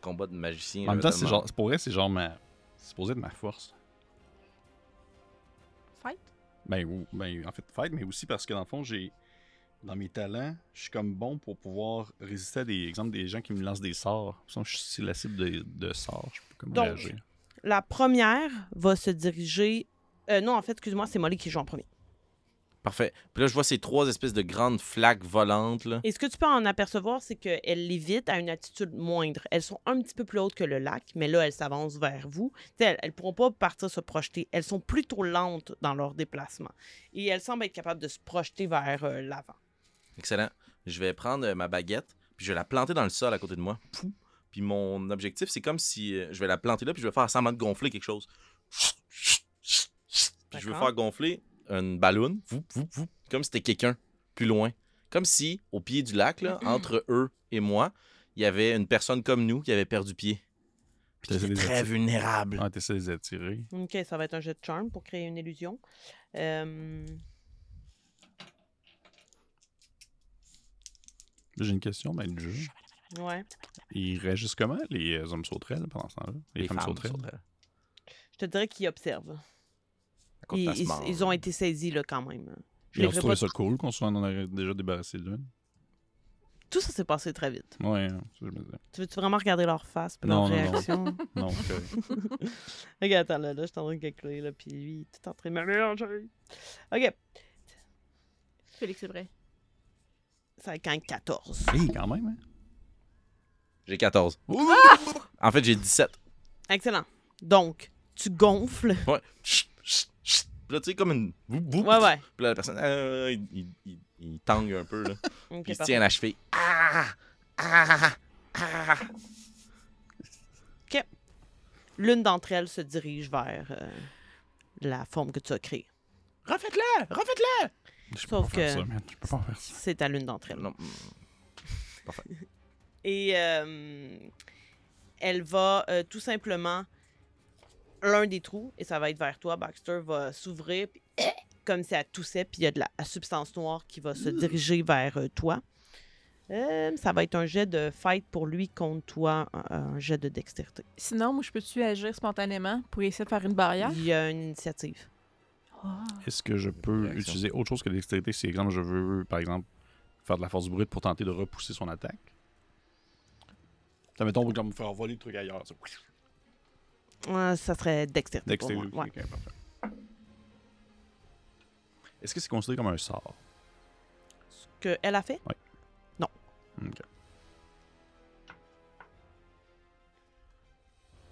F: Combat de magicien.
C: En même temps, c'est
F: évidemment.
C: genre, pour vrai, c'est genre ma. C'est supposé être ma force.
D: Fight?
C: Ben, ou- ben, en fait, fight, mais aussi parce que dans le fond, j'ai. Dans mes talents, je suis comme bon pour pouvoir résister à des exemple des gens qui me lancent des sorts. Sinon, je suis la cible de, de sorts. Je peux comme
B: Donc,
C: réagir.
B: La première va se diriger. euh, non, en fait, excuse-moi, c'est Molly qui joue en premier.
F: Parfait. Puis là, je vois ces trois espèces de grandes flaques volantes. Là.
B: Et ce que tu peux en apercevoir, c'est qu'elles l'évitent à une altitude moindre. Elles sont un petit peu plus hautes que le lac, mais là, elles s'avancent vers vous. Tu sais, Elles ne pourront pas partir se projeter. Elles sont plutôt lentes dans leur déplacement. Et elles semblent être capables de se projeter vers euh, l'avant.
F: Excellent. Je vais prendre euh, ma baguette, puis je vais la planter dans le sol à côté de moi. Pou. Puis mon objectif, c'est comme si euh, je vais la planter là, puis je vais faire semblant de gonfler quelque chose. Puis je vais
B: D'accord.
F: faire gonfler une ballonne, Voup, voup, voup. comme si c'était quelqu'un plus loin. Comme si, au pied du lac, là, entre eux et moi, il y avait une personne comme nous qui avait perdu pied. Puis qui
C: T'essaies
F: était
C: de les
F: très
C: attirer.
F: vulnérable.
C: Ah, t'essaies de les attirer.
B: OK, ça va être un jet de charme pour créer une illusion. Euh,
C: Là, J'ai une question, mais le jeu.
B: ouais.
C: Ils réagissent comment, les euh, hommes sauterelles, pendant ce temps-là Les, femmes, sauterelles.
B: Je te dirais qu'ils observent.
F: À cause de
B: Ils,
F: la
B: ils-
F: smart.
B: ils ont été saisis, là, quand même. Je
C: Ils ont
B: livrerai
C: trouvé
B: pas-
C: ça cool qu'on soit en aurait déjà débarrassé d'une.
B: Tout ça s'est passé très vite.
C: Ouais, hein, c'est ça que je me disais.
B: Tu veux-tu vraiment regarder leur face, puis
C: Non,
B: leur
C: non, non.
B: réaction?
C: Non, ok.
B: Regarde, attends, là, là, je suis en train de calculer, là, puis lui, il est tout en train de me mélanger. OK,
D: Félix, c'est vrai.
B: ça va être quand même 14.
C: Hey, quand même, hein.
F: J'ai 14.
B: Ah!
F: En fait, j'ai 17.
B: Excellent. Donc, tu gonfles.
F: Ouais. Chut, chut, chut. Puis là, tu sais, comme une. Boum, boum.
B: Ouais, ouais.
F: Puis là, la personne, euh, il, il, il, il tangue un peu, là.
B: Ok,
F: Puis il se
B: parfait.
F: tient la cheville. Ah! Ah! Ah!
B: L'une d'entre elles se dirige vers euh, la forme que tu as créée.
F: Refaites-le! Refaites-le!
C: Je peux
B: Sauf
C: pas faire
B: que-
C: ça, man. Je peux pas faire ça.
B: C'est à l'une d'entre elles.
F: Non.
B: Et euh, elle va euh, tout simplement. L'un des trous, et ça va être vers toi, Baxter, va s'ouvrir puis comme si elle toussait, puis il y a de la substance noire qui va se diriger vers euh, toi. Euh, ça va être un jet de fight pour lui contre toi, un, un jet de dextérité.
D: Sinon, moi, je peux-tu agir spontanément pour essayer de faire une barrière?
B: Il y a une initiative.
C: Est-ce que je peux
F: Réaction.
C: utiliser autre chose que l'extérité si, exemple, je veux, par exemple, faire de la force du brute pour tenter de repousser son attaque Ça, mettons, comme faire voler le truc ailleurs. ça.
B: Euh, ça serait dextérité. pour
C: Dextérité.
B: moi, ouais.
C: ok, parfait. Est-ce que c'est considéré comme un sort
B: Ce qu'elle a fait,
C: Ok.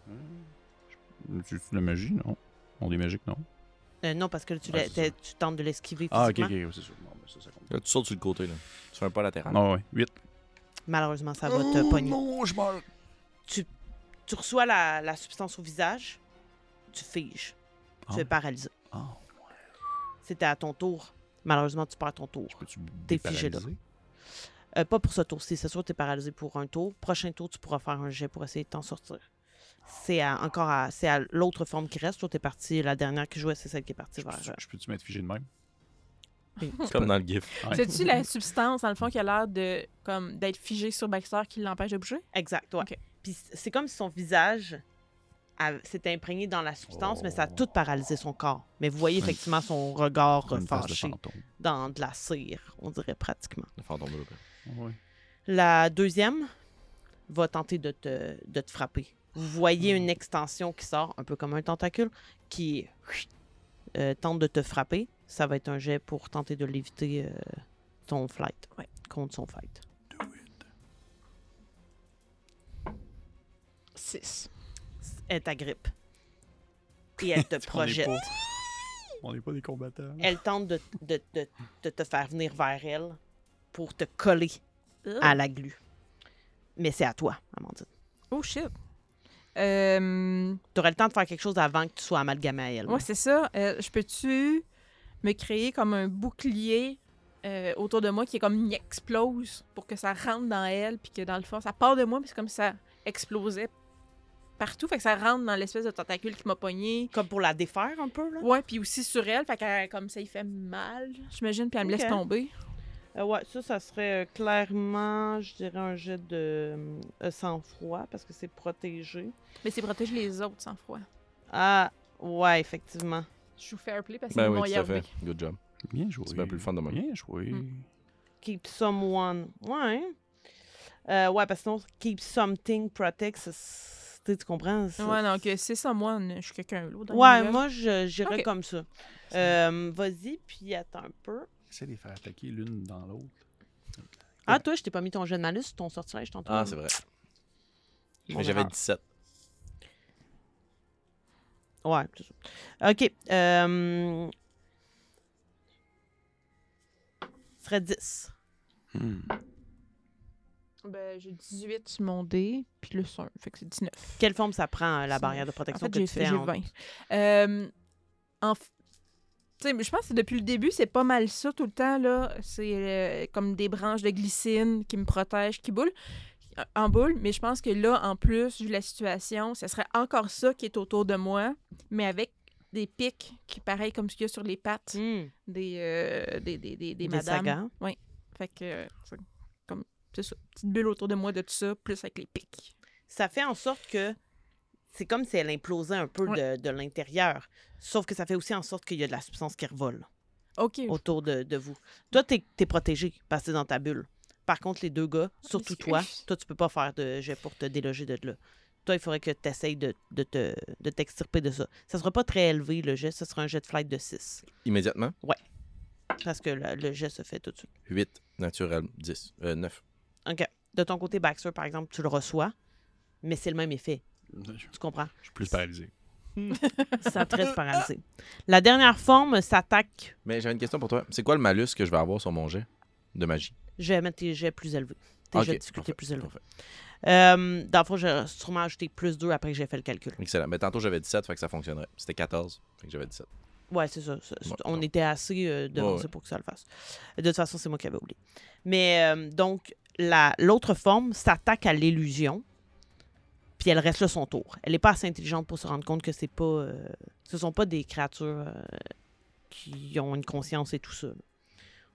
C: Hmm. Tu tu de la magie, non On est magique, non
B: Euh, non, parce que tu,
C: Ouais,
B: l'as-
C: Ah, c'est ça.
B: t'as- tu tentes de l'esquiver
C: Ah, ok,
B: physiquement.
C: ok, ouais, c'est sûr. Non, mais ça, ça compte.
F: Là, tu sautes sur le côté, là. Tu fais un pas latéral.
C: Non, Ah ouais, 8.
B: Malheureusement, ça Ah, va te pogner.
C: Non, Oh, je meurs.
B: tu reçois la, la substance au visage, tu figes.
C: Ah.
B: Tu es paralysé.
C: Ah.
B: C'était à ton tour. Malheureusement, tu perds ton tour.
C: Peux-tu
B: T'es figé, là.
C: déparalyser?
B: Euh, pas pour ce tour-ci, c'est sûr que tu es paralysé pour un tour. Prochain tour, tu pourras faire un jet pour essayer de t'en sortir. C'est à- encore à, c'est à l'autre forme qui reste. Toi, t'es parti. La dernière qui jouait, c'est celle qui est partie
C: Je
B: vers.
C: peux-tu- Je peux-tu m'être figé de même
F: Comme dans le GIF.
C: Ouais.
D: C'est-tu la substance, dans le fond, qui a l'air de comme d'être figée sur Baxter qui l'empêche de bouger?
B: euh, Exact, ouais.
D: Ok.
B: Puis c- c'est comme si son visage a- s'était imprégné dans la substance, mais ça a tout paralysé son corps. Mais vous voyez
C: C'est une-
B: effectivement son regard
C: Comme
B: euh,
C: une face de
B: fâché
C: fantôme.
B: dans de la cire, on dirait pratiquement.
F: Le fantôme de
C: Ah Ouais.
B: La deuxième va tenter de te, de te frapper. Vous voyez une extension qui sort, un peu comme un tentacule, qui euh, tente de te frapper. Ça va être un jet pour tenter de l'éviter euh, ton flight. Contre son fight.
D: 6.
B: Elle t'agrippe. Et elle te
C: On est
B: projette. Eh.
C: pas- On n'est pas des combattants.
B: Elle tente de, de- de- de te faire venir vers elle pour te coller à la glu. Mais c'est à toi, Amandine.
D: Oh shit. Euh,
B: Tu aurais le temps de faire quelque chose avant que tu sois amalgamé à elle.
D: ouais, c'est ça. Euh, je peux-tu me créer comme un bouclier euh, autour de moi qui est comme une explose pour que ça rentre dans elle puis que dans le fond, ça part de moi puis c'est comme si ça explosait partout. Fait que ça rentre dans l'espèce de tentacule qui m'a pogné.
B: Comme pour la défaire un peu, là.
D: Ouais, puis aussi sur elle, fait qu'elle, comme ça, il fait mal, j'imagine, puis elle me
B: Ok.
D: laisse tomber.
B: Euh, ouais, ça, ça serait euh, clairement, je dirais, un jet de euh, sang-froid parce que c'est protégé.
D: Mais c'est protéger les autres sans froid.
B: Ah, ouais, effectivement.
D: Je joue fair play parce qu'ils
E: Ben
D: m'ont
E: oui, tout à
D: yardé.
E: fait. Good job.
C: Bien joué.
E: C'est bien plus le fun de même.
C: Bien joué.
D: Mm.
B: Keep someone. Ouais. Euh, ouais, parce que sinon, keep something protects. c'est- c'est- Tu comprends? c'est-
D: Ouais, non, que c'est ça, moi, je suis quelqu'un l'autre. dans
B: Ouais,
D: l'univers.
B: moi, je- j'irais
D: Ok.
B: comme ça. Euh, Vas-y, puis attends un peu.
C: Essaye de les faire attaquer l'une dans l'autre.
B: Ah, toi, je t'ai pas mis ton jeu de malus, ton sortilège, ton
F: Ah, c'est vrai.
B: On
F: Mais j'avais
B: verra.
F: 17.
B: Ouais, c'est ça. OK. Euh... Ce serait 10.
C: Hmm.
D: Ben, j'ai 18 sur mon dé, puis le 1, fait que c'est 19.
B: Quelle forme ça prend, euh, la
D: C'est-
B: barrière de
D: En
B: protection
D: fait,
B: que
D: j'ai
B: tu fais
D: fait j'ai
B: en-
D: 20. Euh, en f- tu sais, mais je pense que depuis le début, c'est pas mal ça tout le temps. là. C'est euh, comme des branches de glycine qui me protègent, qui boulent euh, en boule. Mais je pense que là, en plus, vu la situation, ce serait encore ça qui est autour de moi, mais avec des pics qui pareil comme ce qu'il y a sur les pattes
B: Hmm.
D: des, euh, des, des, des, des
B: Des
D: madames.
B: sagas.
D: Fait que euh, c'est comme c'est ça, petite bulle autour de moi de tout ça, plus avec les pics.
B: Ça fait en sorte que c'est comme si elle implosait un peu de, de l'intérieur. Sauf que ça fait aussi en sorte qu'il y a de la substance qui revole
D: Ok.
B: autour de, de vous. Toi, t'es es protégé parce que t'es dans ta bulle. Par contre, les deux gars, surtout toi,
D: Excuse.
B: toi, tu peux pas faire de jet pour te déloger de là. Toi, il faudrait que tu essayes de, de te- de t'extirper de ça. Ça sera pas très élevé, le jet. Ce sera un jet de flight de 6.
F: Immédiatement.
B: Parce que le, le jet se fait tout de suite.
F: 8, naturel. 10, euh, 9.
B: De ton côté, Baxter, par exemple, tu le reçois, mais c'est le même effet.
C: Je
B: Tu comprends?
C: suis plus paralysé.
B: Ça te reste paralysé. La dernière forme s'attaque.
F: Mais j'avais une question pour toi. C'est quoi le malus que je vais avoir sur mon jet de magie?
B: Je vais mettre tes jets plus élevés. Tes
F: Ok,
B: jets de difficulté
F: parfait,
B: plus élevés.
F: parfait.
B: Euh, dans le fond, j'ai sûrement ajouté plus 2 après que j'ai fait le calcul.
F: Excellent. Mais tantôt, j'avais 17, fait que ça fonctionnerait. C'était 14, fait que j'avais 17.
B: Ouais, c'est ça. ça, c'est-
F: Ouais,
B: on
F: non.
B: était assez euh, devancés
F: Ouais, ouais.
B: pour que ça le fasse. De toute façon, c'est moi qui avais oublié. Mais euh, donc, la- l'autre forme s'attaque à l'illusion, puis elle reste là son tour. Elle n'est pas assez intelligente pour se rendre compte que c'est pas, euh, ce sont pas des créatures euh, qui ont une conscience et tout ça. là.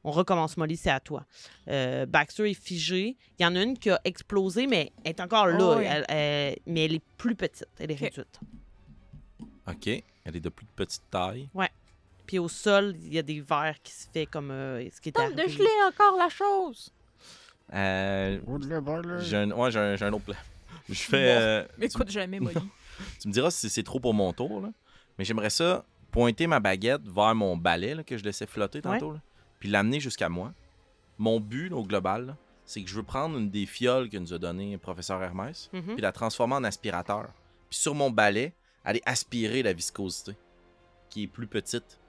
B: On recommence, Molly, c'est à toi. Euh, Baxter est figé. Il y en a une qui a explosé, mais elle est encore là.
D: Oh, oui.
B: Elle- elle- mais elle est plus petite. Elle est
D: Ok.
B: réduite.
F: OK. Elle est de plus petite taille.
B: Puis au sol, il y a des verres qui se fait comme euh, ce qui est
D: Tente de
B: arrivé.
D: geler encore la chose!
F: Euh, j'ai un, ouais, j'ai un, j'ai un autre plan. Je fais.
D: Bon.
F: euh, tu-
D: Écoute jamais, Molly.
F: Tu me diras si c'est trop pour mon tour, là. mais j'aimerais ça pointer ma baguette vers mon balai là, que je laissais flotter tantôt, là, puis l'amener jusqu'à moi. Mon but là, au global, là, c'est que je veux prendre une des fioles que nous a donné le professeur Hermès,
B: Mhm.
F: puis la transformer en aspirateur. Puis sur mon balai, aller aspirer la viscosité, qui est plus petite.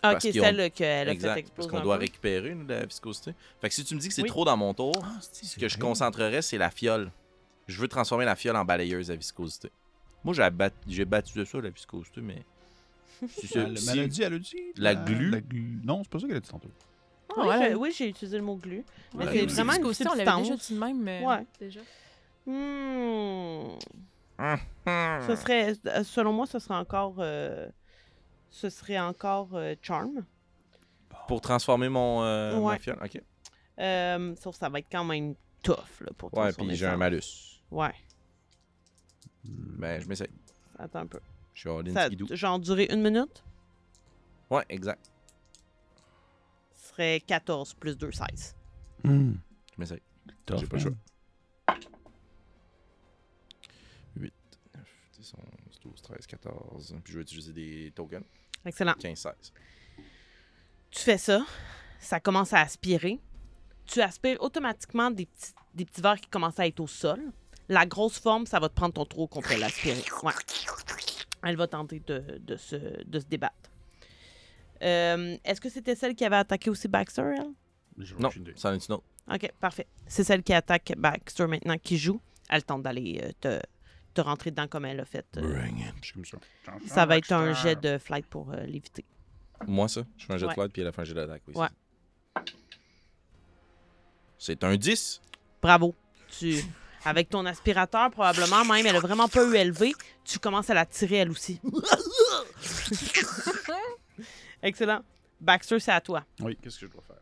B: Ah, ok,
F: parce qu'ils ont-
B: celle qu'elle a fait
F: exact,
B: exploser.
F: parce
B: un
F: qu'on doit
B: peu.
F: récupérer là, la viscosité. Fait que si tu me dis que c'est
B: Oui.
F: trop dans mon tour,
C: ce
F: ce que je concentrerais, c'est la fiole. Je veux transformer la fiole en balayeuse à viscosité. Moi, j'ai abat- j'ai battu de ça, la viscosité, mais. Si c'est-
C: La
F: si-
C: maladie, elle a dit.
F: La glu.
C: glu- Non, c'est pas ça qu'elle a dit tantôt.
B: Oui,
D: Ouais,
B: j'ai-
D: ouais.
B: oui, j'ai utilisé le mot glu. Mais
F: Ouais,
B: c'est
F: oui.
B: vraiment une
D: Parce qu'aussi, on l'avait déjà
B: substance.
D: dit de même. mais-
B: Ouais.
D: Déjà.
B: Hmm. Ce serait, euh, selon moi, ce serait encore, euh, ce serait encore euh, charm.
F: Pour transformer mon, euh,
B: Ouais.
F: ma fiole. Ok.
B: Euh, sauf que ça va être quand même tough là, pour
F: Ouais,
B: transformer
F: puis j'ai
B: ça.
F: un malus.
B: Ouais,
F: Ben, je m'essaye.
B: attends un peu.
F: Je suis all in
B: Ça a
F: skidoo.
B: genre duré une minute.
F: Ouais, exact.
B: Ce serait 14 plus 2, 16.
C: Hmm.
F: Je m'essaye.
C: Tough,
F: J'ai pas le choix.
C: man.
F: 8, 9, 10, 11, 12, 13, 14. Puis je vais utiliser des tokens.
B: Excellent.
F: 15, 16.
B: Tu fais ça, ça commence à aspirer. Tu aspires automatiquement des petits, des petits verres qui commencent à être au sol. La grosse forme, ça va te prendre ton trou contre l'aspirer. Ouais. Elle va tenter de, de se, de se débattre. Euh, Est-ce que c'était celle qui avait attaqué aussi Baxter, elle?
C: J'ai
F: Non,
C: aucune idée.
F: ça en est une autre.
B: OK, parfait. C'est celle qui attaque Baxter maintenant, qui joue. Elle tente d'aller euh, te, te rentrer dedans comme elle l'a fait. euh.
C: Je suis comme ça.
B: Ça va être un jet de flight pour euh, l'éviter.
F: Moi, ça. Je fais un jet
B: Ouais.
F: de flight, puis elle a fait un jet d'attaque. Oui,
B: Ouais.
F: c'est ça. C'est un 10.
B: Bravo. Tu, avec ton aspirateur, probablement même, elle a vraiment pas eu élevé. Tu commences à la tirer elle aussi. Excellent. Baxter, c'est à toi.
C: Oui, qu'est-ce que je dois faire?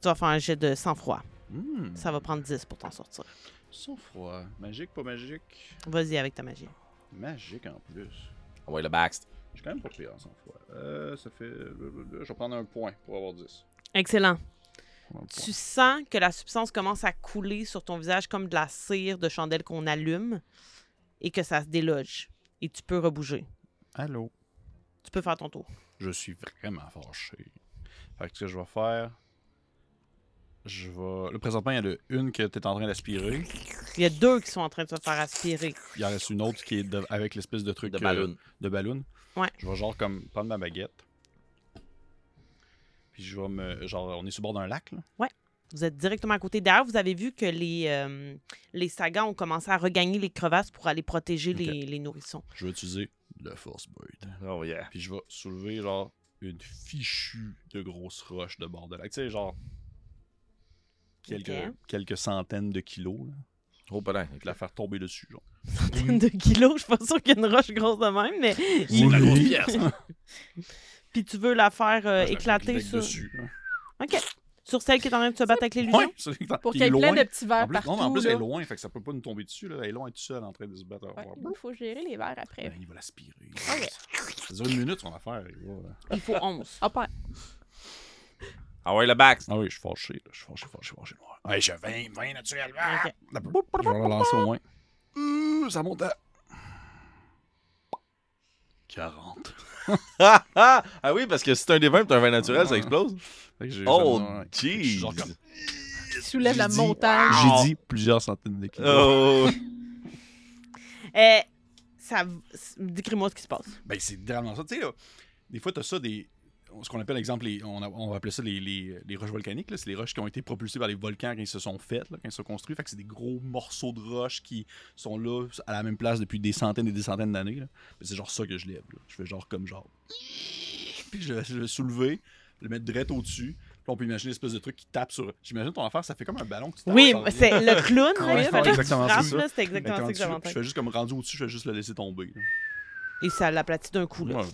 B: Tu vas faire un jet de sang-froid.
C: Hmm.
B: Ça va prendre 10 pour t'en sortir.
C: Sans froid. Magique, pas magique.
B: Vas-y avec ta magie.
C: Magique en plus.
F: Ouais, le Baxt.
C: Je suis quand même pas pire en sang froid. Euh, ça fait. Je vais prendre un point pour avoir 10.
B: Excellent.
C: Prends un point.
B: Tu sens que la substance commence à couler sur ton visage comme de la cire de chandelle qu'on allume et que ça se déloge. Et tu peux rebouger.
C: Allô?
B: Tu peux faire ton tour.
C: Je suis vraiment fâché. Fait que ce que je vais faire. Je vais. Là, présentement, il y en a une que t'es en train d'aspirer.
B: Il y a deux qui sont en train de se faire aspirer.
C: Il en reste une autre qui est de- avec l'espèce de truc.
F: De
C: euh,
F: ballon.
C: de ballon.
B: Ouais.
C: Je vais genre comme prendre ma baguette. Puis je vais me. Genre, on est sur le bord d'un lac, là.
B: Vous êtes directement à côté. D'ailleurs, vous avez vu que les, euh, les sagas ont commencé à regagner les crevasses pour aller protéger les, les nourrissons.
C: Je vais utiliser le Force Blade.
F: Oh, yeah.
C: Puis je vais soulever, genre, une fichue de grosses roches de bord de lac. Tu sais, genre. Quelques,
B: Ok.
C: quelques centaines de kilos, là.
F: Oh, putain.
C: Puis la faire tomber dessus, genre.
B: Centaines de kilos, je suis pas sûre qu'il y a une roche grosse de même, mais.
C: C'est de la grosse pièce! hein.
B: Puis tu veux la faire euh,
C: Je la
B: éclater
C: clique
B: sur.
C: dessus, là.
B: OK. Sur celle qui est en train de se battre avec l'illusion.
C: Ouais, c'est exact.
D: Pour
C: Puis
D: qu'il y ait
C: il est
D: plein
C: loin.
D: de petits verres
C: En plus,
D: partout.
C: non, mais en plus, elle est
D: là.
C: loin, fait que ça peut pas nous tomber dessus. Là. Elle est loin, elle est toute seule en train de se battre.
D: Ouais, Il faut gérer les verres après.
C: Ben, il va l'aspirer. Ça dure une minute, son affaire. il va- euh.
B: Il faut 11.
D: Hop, hein.
F: Ah, ouais, le Baxt.
C: Ah oui, je suis fâché. là. Je suis fâché, fâché, fâché. Ouais, ouais j'ai 20, 20 naturellement.
B: Ok.
C: Là, Je vais le lancer au moins. Ouh, ça monte à... 40.
F: Ah, ah, ah oui, parce que si t'as un des 20 t'as un 20 naturel, ça explose.
C: Fait que j'ai-
F: Oh,
C: ça me- ouais. Fait que je suis
F: jeez.
C: genre comme-
D: Tu soulèves la
C: J'ai dit-
D: montagne.
C: J'ai dit plusieurs centaines de kilos.
F: Oh.
B: Euh, ça... Décris-moi ce qui se passe.
C: Ben, c'est littéralement ça. Tu sais, là, des fois, t'as ça des. Ce qu'on appelle, exemple, les- on, a- on va appeler ça les, les- les roches volcaniques. là. C'est les roches qui ont été propulsées par les volcans quand ils se sont faites, là, quand ils se sont construits. Fait que c'est des gros morceaux de roches qui sont là, à la même place depuis des centaines et des centaines d'années. là. Ben, c'est genre ça que je lève. là. Je fais genre comme genre. Puis je, vais le soulever, le mettre direct au-dessus. Puis on peut imaginer une espèce de truc qui tape sur. J'imagine ton affaire, ça fait comme un ballon que tu tapes
B: Oui,
C: sur-
B: c'est le clown. là,
C: Ouais,
B: il
C: c'est
B: fallait que tu
C: exactement
B: frappes,
C: ça.
B: là, C'était
C: Fait que
B: exactement
C: quand
B: ça que
C: tu-
B: j'avais en
C: Je
B: tête.
C: fais juste comme rendu au-dessus, je fais juste le laisser tomber. là.
B: Et ça l'aplatit d'un coup. Là.
C: Ouais.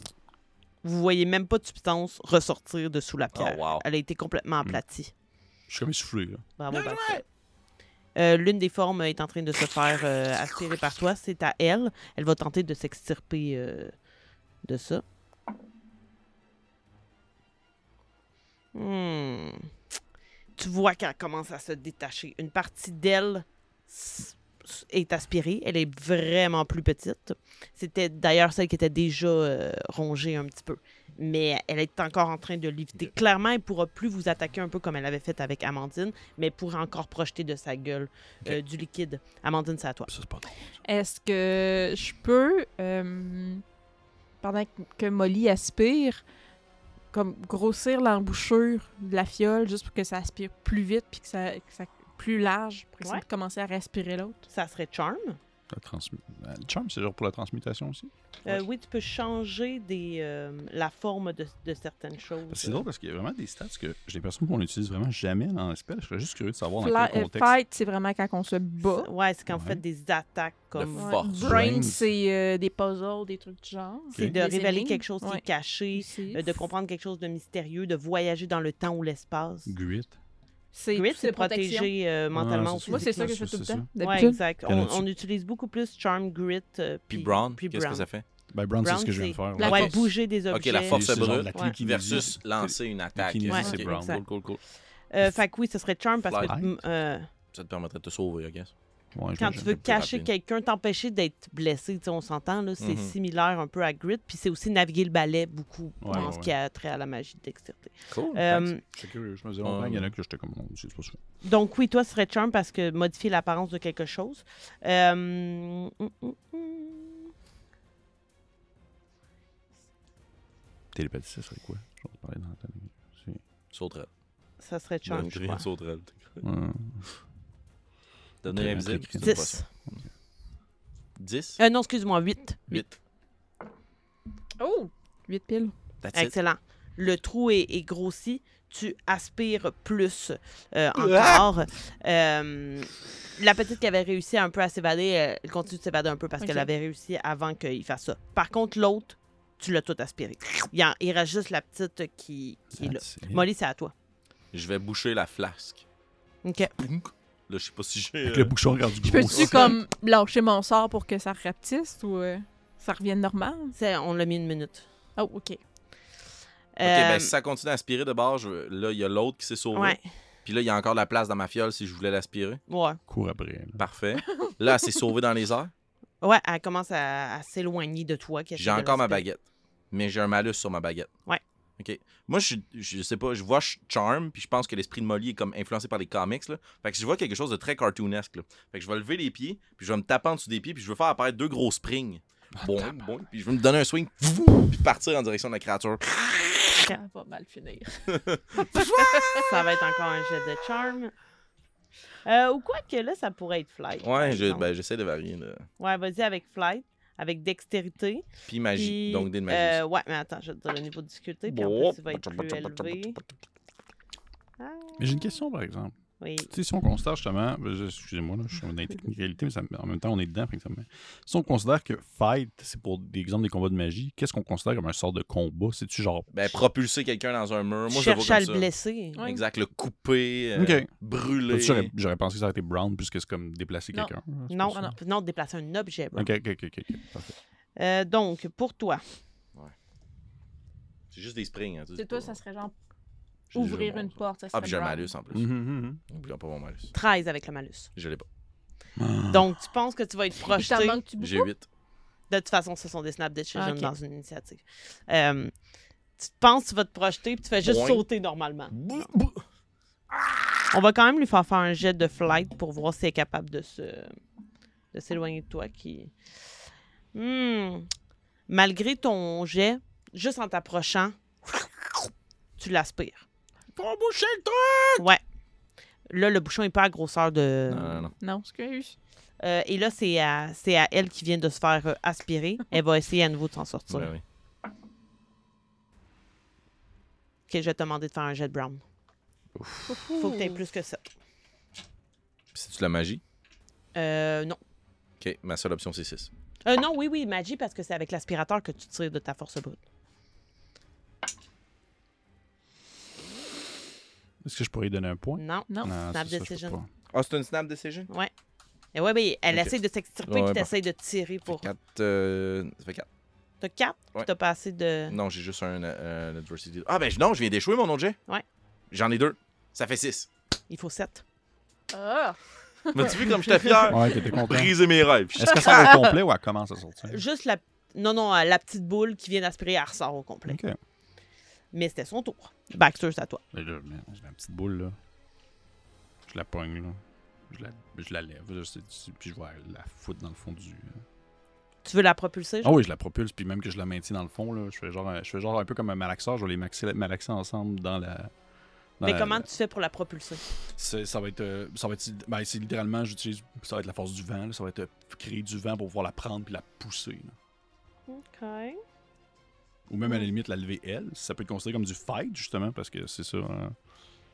B: Vous voyez même pas de substance ressortir de sous la
F: Oh,
B: pierre.
F: wow.
B: Elle a été
C: Mm.
B: complètement aplatie.
C: Je suis comme essoufflé. Là.
B: Bravo, Baxter. Euh, L'une des formes est en train de se faire euh, aspirer par toi. C'est à elle. Elle va tenter de s'extirper euh, de ça. Hmm. Tu vois qu'elle commence à se détacher. Une partie d'elle s- s- est aspirée. Elle est vraiment plus petite. C'était d'ailleurs celle qui était déjà euh, rongée un petit peu. Mais elle est encore en train de l'éviter. Clairement, elle ne pourra plus vous attaquer un peu comme elle avait fait avec Amandine, mais elle pourra encore projeter de sa gueule euh, du liquide. Amandine, c'est à toi.
C: Ça, c'est pas drôle.
D: Est-ce que je peux, euh, pendant que- que Molly aspire, comme grossir l'embouchure de la fiole juste pour que ça aspire plus vite puis que ça, que ça- plus large pour essayer
B: Ouais.
D: de commencer à respirer l'autre?
B: Ça serait Charm.
C: La transmu- Euh, Le charme, c'est genre pour la transmutation aussi.
B: Euh, oui, tu peux changer des, euh, la forme de, de
C: Ah,
B: certaines choses.
C: C'est drôle parce qu'il y a vraiment des stats que j'ai l'impression qu'on n'utilise vraiment jamais dans l'espèce. Je serais juste curieux de savoir dans
D: Fly-
C: quel
D: euh,
C: contexte.
D: fight, c'est vraiment quand on se bat.
B: Ouais, c'est quand vous
C: Ouais.
B: faites des attaques comme.
F: Ouais.
D: Ouais.
F: Force.
D: Brain,
C: Brains.
D: c'est euh, des puzzles, des trucs du genre.
B: C'est de
D: Des
B: révéler
D: énigmes.
B: quelque chose qui
D: Ouais.
B: est caché,
D: Aussi.
B: euh, de comprendre quelque chose de mystérieux, de voyager dans le temps ou l'espace.
C: Grit.
D: C'est
B: Grit,
D: toutes
B: c'est
D: ces protections.
B: protéger euh, mentalement
C: Ah,
B: ou
C: c'est ça.
D: Moi, c'est
B: physiquement.
D: ça que je fais tout le
C: C'est
D: temps.
B: Ouais,
D: D'habitude.
B: exact.
C: Y'en
B: On,
C: a-tu?
B: on utilise beaucoup plus Charm, Grit, euh,
F: Puis Brown,
B: puis
F: qu'est-ce que
B: Brown.
F: ça fait?
C: Ben, Brown, c'est ce que
B: Brown,
C: je viens de faire.
D: la
B: ouais,
D: force.
B: bouger des
F: Ok,
B: objets.
F: la force
C: C'est genre
F: brute
C: de la
B: Ouais.
C: télékinésie.
F: versus lancer une attaque.
C: Télékinésie,
B: Ouais.
C: c'est
F: Ok.
C: Brown.
B: exact.
F: Cool, cool, cool.
B: Euh, fait que oui, ce serait charm parce que
F: Fly.
B: m- euh,
F: Ça te permettrait de te sauver, I guess.
C: Ouais,
B: quand
C: je-
B: tu
C: je-
B: veux
F: plus
B: cacher
F: rapide.
B: quelqu'un, t'empêcher d'être blessé, tu sais, on s'entend, là, c'est
F: Mhm.
C: Mm-hmm.
B: similaire un peu à Grit, puis c'est aussi naviguer le balai beaucoup
C: Ouais,
B: dans
C: ouais, Oh,
B: ce qui a trait à la magie de dextérité.
F: Cool.
B: Euh,
C: Je suis curieux. Je me disais longtemps qu'il y en a que j'étais comme. Non, c'est pas ça.
B: donc oui, toi, ce serait charm parce que modifier l'apparence de quelque chose. Euh, mm, mm, mm.
C: Télépathie, ça serait quoi chose de parler dans la tanique. C'est-
F: Sauterelle.
B: Ça serait
F: Donne
B: chunk.
F: une sauterelle.
C: Ouais.
F: Donner
C: Ok,
F: l'invisible.
C: ok.
F: c'est une potion.
B: 10.
F: 10.
B: Euh, non, excuse-moi, 8.
F: 8.
D: Oh! 8 piles.
F: That's it.
B: Excellent. Le trou est, est grossi. Tu aspires plus euh, encore. Euh, la petite qui avait réussi un peu à s'évader, euh, elle- elle continue de s'évader un peu parce
D: Ok.
B: qu'elle avait réussi avant qu'il fasse ça. Par contre, l'autre, tu l'as tout aspiré. Il, en- il reste juste la petite qui, qui est là.
C: That's it.
B: Molly, c'est à toi.
F: Je vais boucher la flasque.
B: OK.
F: Là, je sais pas si j'ai.
C: Avec
F: euh,
C: le bouchon regarde du
D: Je
C: gros.
D: peux-tu comme lâcher mon sort pour que ça rapetisse ou euh, ça revienne normal?
B: C'est- On l'a mis une minute.
D: Oh, ok.
F: Ok,
B: Euh,
F: ben si ça continue à aspirer de bord, je- là, il y a l'autre qui s'est sauvé.
B: ouais.
F: Puis là, il y a encore de la place dans ma fiole si je voulais l'aspirer.
B: ouais.
C: Cours après. là.
F: Parfait. Là, elle s'est sauvée dans les airs.
B: Ouais, elle commence à, à s'éloigner de toi. qu'elle
F: J'ai
B: essaie de
F: encore ma
B: l'aspirer.
F: baguette. Mais j'ai un malus sur ma baguette.
B: Ouais.
F: OK. Moi, je, je sais pas, je vois Ch- Charm, puis je pense que l'esprit de Molly est comme influencé par les comics. Là. Fait que je vois quelque chose de très cartoonesque. Là. Fait que je vais lever les pieds, puis je vais me taper en dessous des pieds, puis je vais faire apparaître deux gros springs. Bon, bon, puis je vais me donner un swing, puis partir en direction de la créature.
D: Ça va mal finir.
B: Ça va être encore un jet de charme. Euh, ou quoi que là, ça pourrait être flight. par
F: Ouais, je-
B: exemple.
F: ben, j'essaie de varier. là.
B: Ouais, vas-y avec flight, avec dextérité.
F: Puis magie,
B: puis,
F: donc des de magie.
B: euh, ouais, mais attends, je vais te dire le niveau de difficulté, puis en
F: Bon.
B: plus, il va être plus élevé. Ah,
C: Mais j'ai une question, par exemple.
B: oui.
C: Tu sais, si on considère justement, ben, je- excusez-moi, là, je suis dans les technicalités, mais ça me- en même temps, on est dedans. fait que ça me- Si on considère que fight, c'est pour des exemples des combats de magie, qu'est-ce qu'on considère comme un sort de combat C'est-tu genre.
F: Ben, propulser quelqu'un dans un mur. Moi,
B: tu
F: je le vois
B: cherches
F: comme
B: à le
F: ça.
B: blesser.
D: Ouais.
F: Exact, le couper, euh,
C: Ok.
F: brûler.
C: J'aurais j'aurais pensé que ça aurait été brown puisque c'est comme déplacer
D: Non.
C: quelqu'un.
B: Non,
D: Ah,
B: non,
D: non.
B: non, déplacer un objet. bro.
C: Ok, ok, ok, ok. ok, parfait.
B: Euh, donc, pour toi,
F: C'est juste des springs. hein, tu sais,
D: C'est toi,
F: pas-
D: ça serait genre
F: J'ai déjà
D: ouvrir
F: mon-
D: une porte. Ça
F: Ah,
D: serait
F: puis j'ai un
D: brown.
F: malus en plus. N'oublions pas mon malus.
B: 13 avec le malus.
F: Je l'ai pas.
C: Ah.
B: Donc, tu penses que tu vas être
D: Il t'en
B: projeté.
D: manque-tu beaucoup?
F: J'ai 8.
B: De toute façon, ce sont des snap decisions
D: Ah, ok.
B: dans une initiative. Euh, tu penses que tu vas te projeter, puis tu fais juste
F: Point.
B: sauter normalement. On va quand même lui faire faire un jet de flight pour voir si elle est capable de se de s'éloigner de toi qui Hmm. malgré ton jet juste en t'approchant tu l'aspires.
C: Pour boucher le truc
B: Ouais. Là le bouchon est pas à grosseur de
F: Non, Ah, non, non.
D: Non, excuse.
B: Euh, et là c'est à c'est à elle qui vient de se faire euh, aspirer, elle va essayer à nouveau de s'en sortir.
F: Ouais, ouais.
B: OK, je vais te demander de faire un jet de brown. Faut que tu aies plus que ça.
F: Puis C'est-tu de la magie?
B: Euh non.
F: Ok, ma seule option c'est 6.
B: Euh, non, oui, oui, magie, parce que c'est avec l'aspirateur que tu tires de ta force brute.
C: Est-ce que je pourrais lui donner un point
B: Non.
D: Non.
B: Snap
C: c'est ça, je peux
B: decision.
C: pas.
F: Ah, c'est une snap decision?
B: Et Eh ouais, mais elle
F: Ok.
B: essaie de s'extirper,
F: Ouais,
B: puis
F: ouais,
B: t'essayes de tirer pour.
F: 4. Euh... Ça fait 4.
B: T'as 4,
F: Ouais. Mm.
B: t'as pas assez de.
F: Non, j'ai juste un euh, un adversity. Ah, ben non, je viens d'échouer mon objet.
B: Ouais.
F: J'en ai deux. Ça fait 6.
B: Il faut 7.
D: Ah!
F: M'as-tu vu comme j'étais fier?
C: Ouais, t'étais content.
F: Briser mes rêves.
C: Est-ce que ça va au complet ou elle commence à sortir
B: Juste la. Non, non, euh, la petite boule qui vient d'aspirer, elle ressort au complet.
F: Mm.
C: Ok.
B: Mais c'était son tour. Baxter, c'est à toi.
C: Mais là, man, j'ai ma petite boule, là. Je la pogne, là. Je la, je la lève, là, c'est- c'est- puis je vais la foutre dans le fond du...
B: Tu veux la propulser?
F: Oh.
C: Ah oui, je la propulse, puis même que je la maintiens dans le fond, là, je fais genre, un- je fais genre un peu comme un malaxeur, je vais les maxer- malaxer ensemble dans la... dans
F: Euh,
B: mais
C: la-
B: comment tu fais pour la propulser?
C: C'est- ça va être... euh, ça va être ben, c'est littéralement, j'utilise... Ça va être la force du vent, là, ça va être euh, créer du vent pour pouvoir la prendre puis la pousser, là.
B: OK.
C: Ou même, à la limite, la lever elle. Ça peut être considéré comme du fight, justement, parce que c'est ça... hein.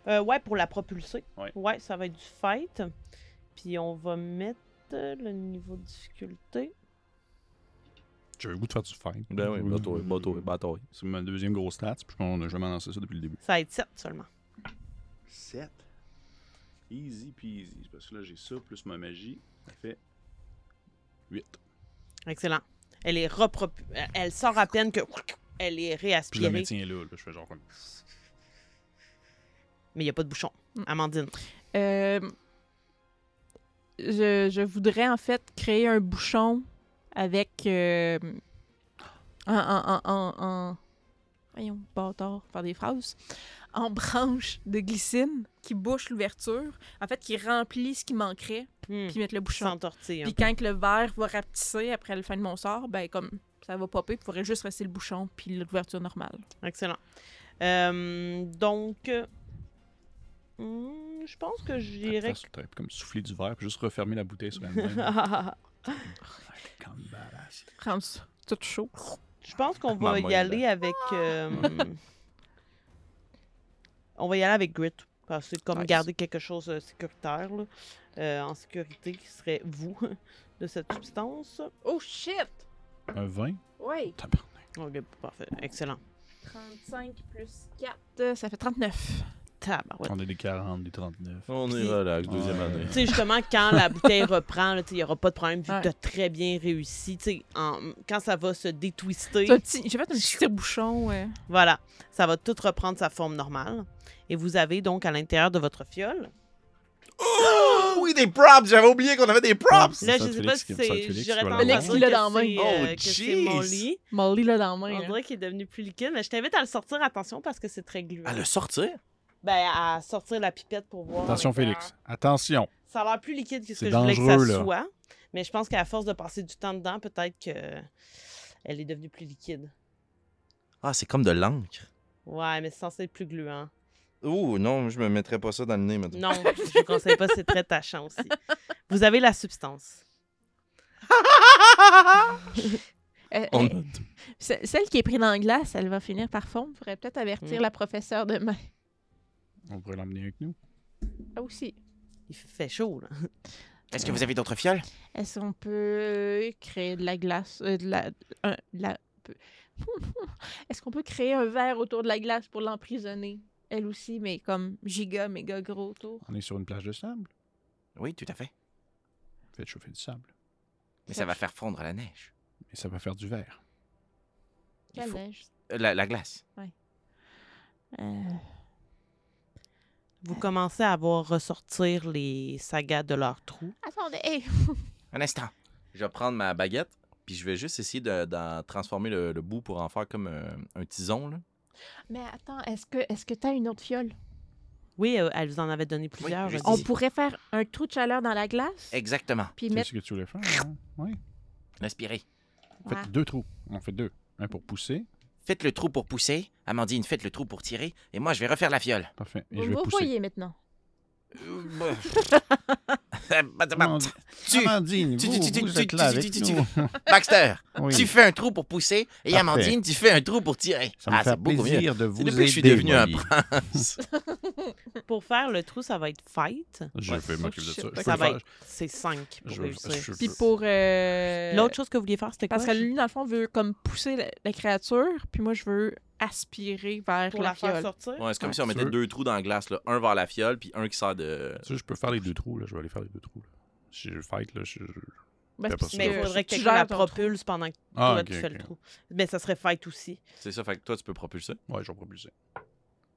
B: Euh, ouais, pour la propulser.
C: Ouais.
B: ça va être du fight. Puis on va mettre euh, le niveau de difficulté.
C: J'ai le goût de faire du fight.
F: Ben oui, bataille, bataille, bataille.
C: C'est ma deuxième grosse stats, puis on a jamais lancé ça depuis le début.
B: Ça va être 7 seulement.
C: 7. Easy peasy. Parce que là, j'ai ça plus ma magie. Ça fait 8.
B: Excellent. Elle est repropu... elle- Elle sort à peine que. Elle est
C: Puis je la
B: réaspirée.
C: maintiens là, là. Je fais genre comme.
B: Mais il n'y a pas de bouchon.
D: Mm.
B: Amandine.
D: Euh, je, je voudrais en fait créer un bouchon avec. euh, en, en, en, en, en- Voyons, bâtard, faire des phrases. En branche de glycine qui bouche l'ouverture. En fait, qui remplit ce qui manquerait,
B: Hmm.
D: puis mettre le bouchon.
B: Sans tortille, hein.
D: Puis quand que le verre va rapetisser après la fin de mon sort, ben comme ça va popper, puis il faudrait juste rester le bouchon, puis l'ouverture normale.
B: Excellent. Euh, donc, euh, hmm, je pense que
C: Fait que
B: j'irai.
C: faire sauter, puis comme souffler du verre, puis juste refermer la bouteille sur elle-même. Comme badass.
D: Prends ça. Tout chaud.
B: Je pense qu'on
F: Ma
B: va
F: main
B: y
F: est
B: aller avec.
D: Ah!
B: euh, on va y aller avec Grit. Parce que c'est comme
F: Nice.
B: garder quelque chose de sécuritaire, là, euh, en sécurité, qui serait vous de cette substance.
H: Oh shit!
C: Un vin?
H: Ouais!
C: Tabarnak.
B: Ok, parfait. Excellent.
H: 35 plus 4.
D: Euh, Ça fait 39.
B: Tabarouette.
C: On est des 40, des 39.
F: On
B: Puis-
F: est relax, deuxième
C: Ouais.
F: année.
B: Tu sais, justement, quand la bouteille reprend, là, tu sais, il n'y aura pas de problème vu
D: Ouais.
B: que tu très bien réussi. Tu sais, en- quand ça va se détwister,
D: C'est un petit- J'ai fait un petit bouchon.
B: voilà, ça va tout reprendre sa forme normale. Et vous avez donc à l'intérieur de votre fiole.
F: oui, des props! J'avais oublié qu'on avait des props!
C: C'est
B: Là,
C: ça,
B: je sais
C: Félix
B: pas
C: qui-
B: si
C: ça,
B: c'est.
C: Félix qui
B: J'aurais
C: va
B: tendance à
D: l'avoir.
B: dire
D: Félix, il l'a hein. dans la
B: que c'est,
F: main.
B: euh,
F: Oh,
B: que c'est mon
F: jeez.
B: lit.
D: Molly là dans la main.
B: On
D: là.
B: dirait qu'il est devenu plus liquide, mais je t'invite à le sortir. Attention, parce que c'est très gluant.
C: Ah,
F: À le sortir?
B: Ben, à sortir la pipette pour voir.
C: Attention,
B: avec un-
C: Félix. Attention.
B: Ça a l'air plus liquide que ce
C: C'est
B: que je voulais que ça
C: dangereux, là.
B: soit. Mais je pense qu'à force de passer du temps dedans, peut-être que elle est devenue plus liquide.
F: Ah, c'est comme de l'encre.
B: Ouais, mais c'est censé être plus gluant.
F: Ouh, non, je me mettrais pas ça dans le nez maintenant.
B: Non, je ne conseille pas, c'est très tachant aussi. Vous avez la substance.
D: Euh,
F: On-
D: euh, ce- Celle qui est prise dans la glace, elle va finir par fondre. Faudrait peut-être avertir
B: Mm.
D: la professeure demain.
C: On pourrait l'emmener avec nous.
D: Ah aussi.
B: Il fait chaud, là.
F: Est-ce que vous avez d'autres fioles?
D: Est-ce qu'on peut créer de la glace euh, de la, un- de la- peu- Est-ce qu'on peut créer un verre autour de la glace pour l'emprisonner Elle aussi, mais comme giga, méga gros autour.
C: On est sur une plage de sable.
F: Oui, tout à fait.
C: Faites chauffer du sable.
F: Mais ça va faire fondre la neige.
C: Et ça va faire du verre.
F: Il
D: Quelle
F: faut-
D: neige.
F: Euh, La, la glace.
D: Euh,
B: Vous commencez à voir ressortir les sagas de leur trou.
D: Attendez, hey,
F: Un instant. Je vais prendre ma baguette, puis je vais juste essayer de- d'en transformer le, le bout pour en faire comme euh, un tison. Là.
D: Mais attends, est-ce que est-ce que t'as une autre fiole
B: Oui, euh, elle vous en avait donné plusieurs.
F: je
B: je
F: sais.
D: On
B: dis.
D: pourrait faire un trou de chaleur dans la glace
F: Exactement.
D: puis
C: C'est
D: mettre
C: ce que tu voulais faire. hein? Oui.
F: L'aspirer.
C: Faites
D: Ah.
C: deux trous. On fait deux. Un pour pousser.
F: Faites le trou pour pousser. Amandine, faites le trou pour tirer. Et moi, je vais refaire la fiole.
C: Parfait. Et
D: Vous
C: je vais
D: vous
C: pousser.
D: voyez maintenant.
C: Euh, bah.
F: Bah,
C: Amandine,
F: tu,
C: Amandine,
F: tu-
C: vous,
F: tu- tu-
C: vous
F: tu-
C: êtes
F: tu-
C: là
F: tu-
C: avec
F: tu- tu-
C: nous.
F: Baxter,
C: Oui.
F: tu fais un trou pour pousser. Et
C: Parfait.
F: Amandine, tu fais un trou pour tirer.
C: Ça me
F: ah, c'est
C: fait
F: beaucoup mieux.
C: plaisir de vous
F: C'est depuis
C: aider.
F: que je suis devenu un
C: Molly.
F: prince.
B: Pour faire le trou, ça va être fight.
C: Je vais m'occuper de
D: shit,
C: ça.
D: ok.
C: Je peux
B: Ça
C: le
B: va
C: faire.
B: être. C'est 5 pour
C: Je-
B: réussir.
C: je- je-
D: Puis pour euh,
B: L'autre chose que vous vouliez faire, c'était quoi?
D: Parce que lui, dans le fond, veut comme pousser la, la créature, puis moi, je veux aspirer vers
B: Pour
D: la,
B: la faire
D: fiole.
B: sortir?
F: Ouais, c'est comme
C: Ouais,
F: si on
C: tu
F: mettait
C: veux.
F: deux trous dans la glace, là. un vers la fiole, puis un qui sort de.
C: Tu sais, je peux faire les deux trous. Là. Je vais aller faire les deux trous. Là. Si je fight, là, je...
D: Ben,
C: Puis
D: parce
C: après
B: Mais il
C: Euh,
B: faudrait que
D: tu
B: quelqu'un la
D: gères ton trou.
B: propulse pendant que
C: Ah,
B: toi,
C: ok,
B: tu fais le
C: ok.
B: trou. Mais ça serait fight aussi.
F: C'est ça, fait que toi, tu peux propulser.
C: Ouais, je vais propulser.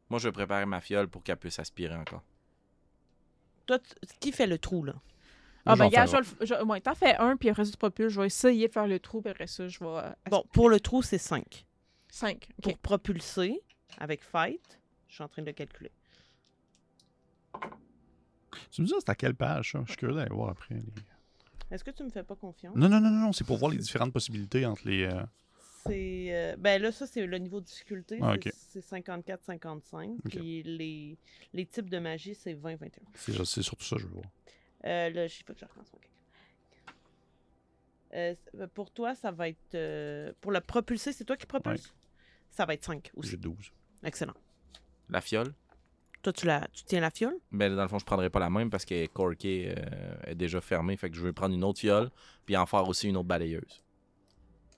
F: Moi, je vais préparer ma fiole pour qu'elle puisse aspirer encore.
B: Toi, tu- qui fait le trou, là?
D: Ah,
C: J'en
D: ben, gars,
C: ferai.
D: je vais le- je- ouais, t'en fais un, puis après ça, tu popules. Je vais essayer de faire le trou, puis après ça, je vais. euh,
B: Bon, pour le trou, c'est 5.
D: 5.
B: Pour propulser, avec fight, je suis en train de le calculer.
C: Tu me dis, c'est à quelle page, ça? Je suis curieux d'aller voir après. les-
B: Est-ce que tu me fais pas confiance?
C: Non, non, non, non, non, c'est pour voir les différentes possibilités entre les... euh,
B: C'est. euh, ben là, ça, c'est le niveau de difficulté.
C: Ah,
B: c'est-
C: ok.
B: C'est 54-55.
C: Ok.
B: Puis les, les types de magie, c'est 20-21.
C: C'est genre- c'est surtout ça que je veux voir.
B: Euh, là, je sais pas que je recommence mon calcul. Euh, c'est- pour toi, ça va être. euh, pour le propulser, c'est toi qui propulse? Ça va être 5 aussi.
C: J'ai 12.
B: Excellent.
F: La fiole,
B: Toi, tu, la, tu tiens la fiole?
F: mais dans le fond, je prendrai pas la même parce qu'elle est corkée, euh, elle est déjà fermée. Fait que je vais prendre une autre fiole, puis en faire aussi une autre balayeuse.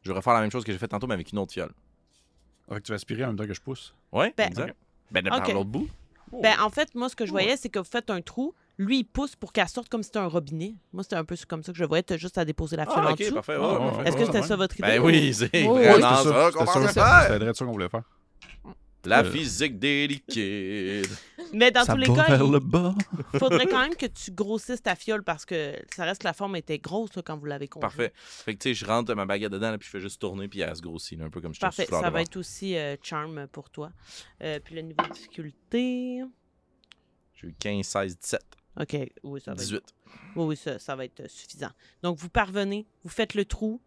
F: Je vais refaire la même chose que j'ai fait tantôt, mais avec une autre fiole.
C: Ah, fait que tu vas aspirer en même temps que je pousse.
F: Ouais?
B: Ben-
F: exact. Ben, de par
B: Ok.
F: l'autre bout.
B: Ben, en fait, moi, ce que je voyais, c'est que vous faites un trou. Lui, il pousse pour qu'elle sorte comme si c'était un robinet. Moi, c'était un peu comme ça que je le voyais. T'as juste à déposer la fiole
F: Ah,
B: en
F: ok,
B: dessous.
F: parfait. ouais,
C: Ah,
F: ouais,
C: ouais,
F: parfait.
B: Est-ce que
C: Ouais,
B: c'était
C: ouais.
B: ça votre idée?
F: Ben oui, c'est
D: Oui,
F: vraiment
D: oui,
F: ça, qu'on
C: c'était
F: pensait faire.
C: ça, ça aiderait ça qu'on voulait faire.
F: La
C: Euh.
F: physique des liquides.
B: Mais dans
C: ça
B: tous les
C: va
B: cas,
C: vers
B: il
C: le bas.
B: faudrait quand même que tu grossisses ta fiole parce que ça reste que la forme était grosse là, quand vous l'avez conçue.
F: Parfait. Fait que tu sais, je rentre ma baguette dedans, là, puis je fais juste tourner, puis elle se grossit, là, un peu comme je te
B: Parfait,
F: souffleur
B: ça
F: de
B: va
F: vent.
B: être aussi euh, charm pour toi. Euh, puis le niveau de difficulté.
F: J'ai eu 15, 16, 17,
B: Ok, oui, ça va être,
F: 18.
B: oui, oui, ça, ça va être euh, suffisant. Donc, vous parvenez, vous faites le trou,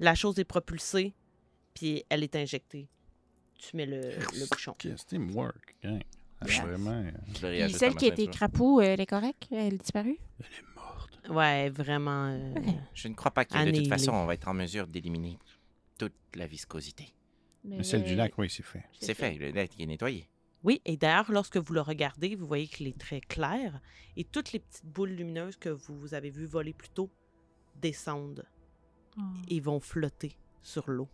B: la chose est propulsée, puis elle est injectée tu mets le, le bouchon.
C: Ok, c'est teamwork, gang. Ah, Vraiment. euh,
F: Je le
G: Puis
F: réajuste
G: celle
F: le
G: qui
F: matin,
G: était
F: tu vois.
G: crapaud, euh, elle est correcte? Elle est disparue?
C: Elle est morte.
B: Ouais, vraiment. euh,
G: Ok.
F: Je ne crois pas que de
B: Annihilée.
F: toute façon, on va être en mesure d'éliminer toute la viscosité.
C: Mais celle
B: Euh.
C: du lac, oui, c'est fait.
F: C'est fait, le net est nettoyé.
B: Oui, et d'ailleurs, lorsque vous le regardez, vous voyez qu'il est très clair et toutes les petites boules lumineuses que vous avez vues voler plus tôt descendent et vont flotter sur l'eau.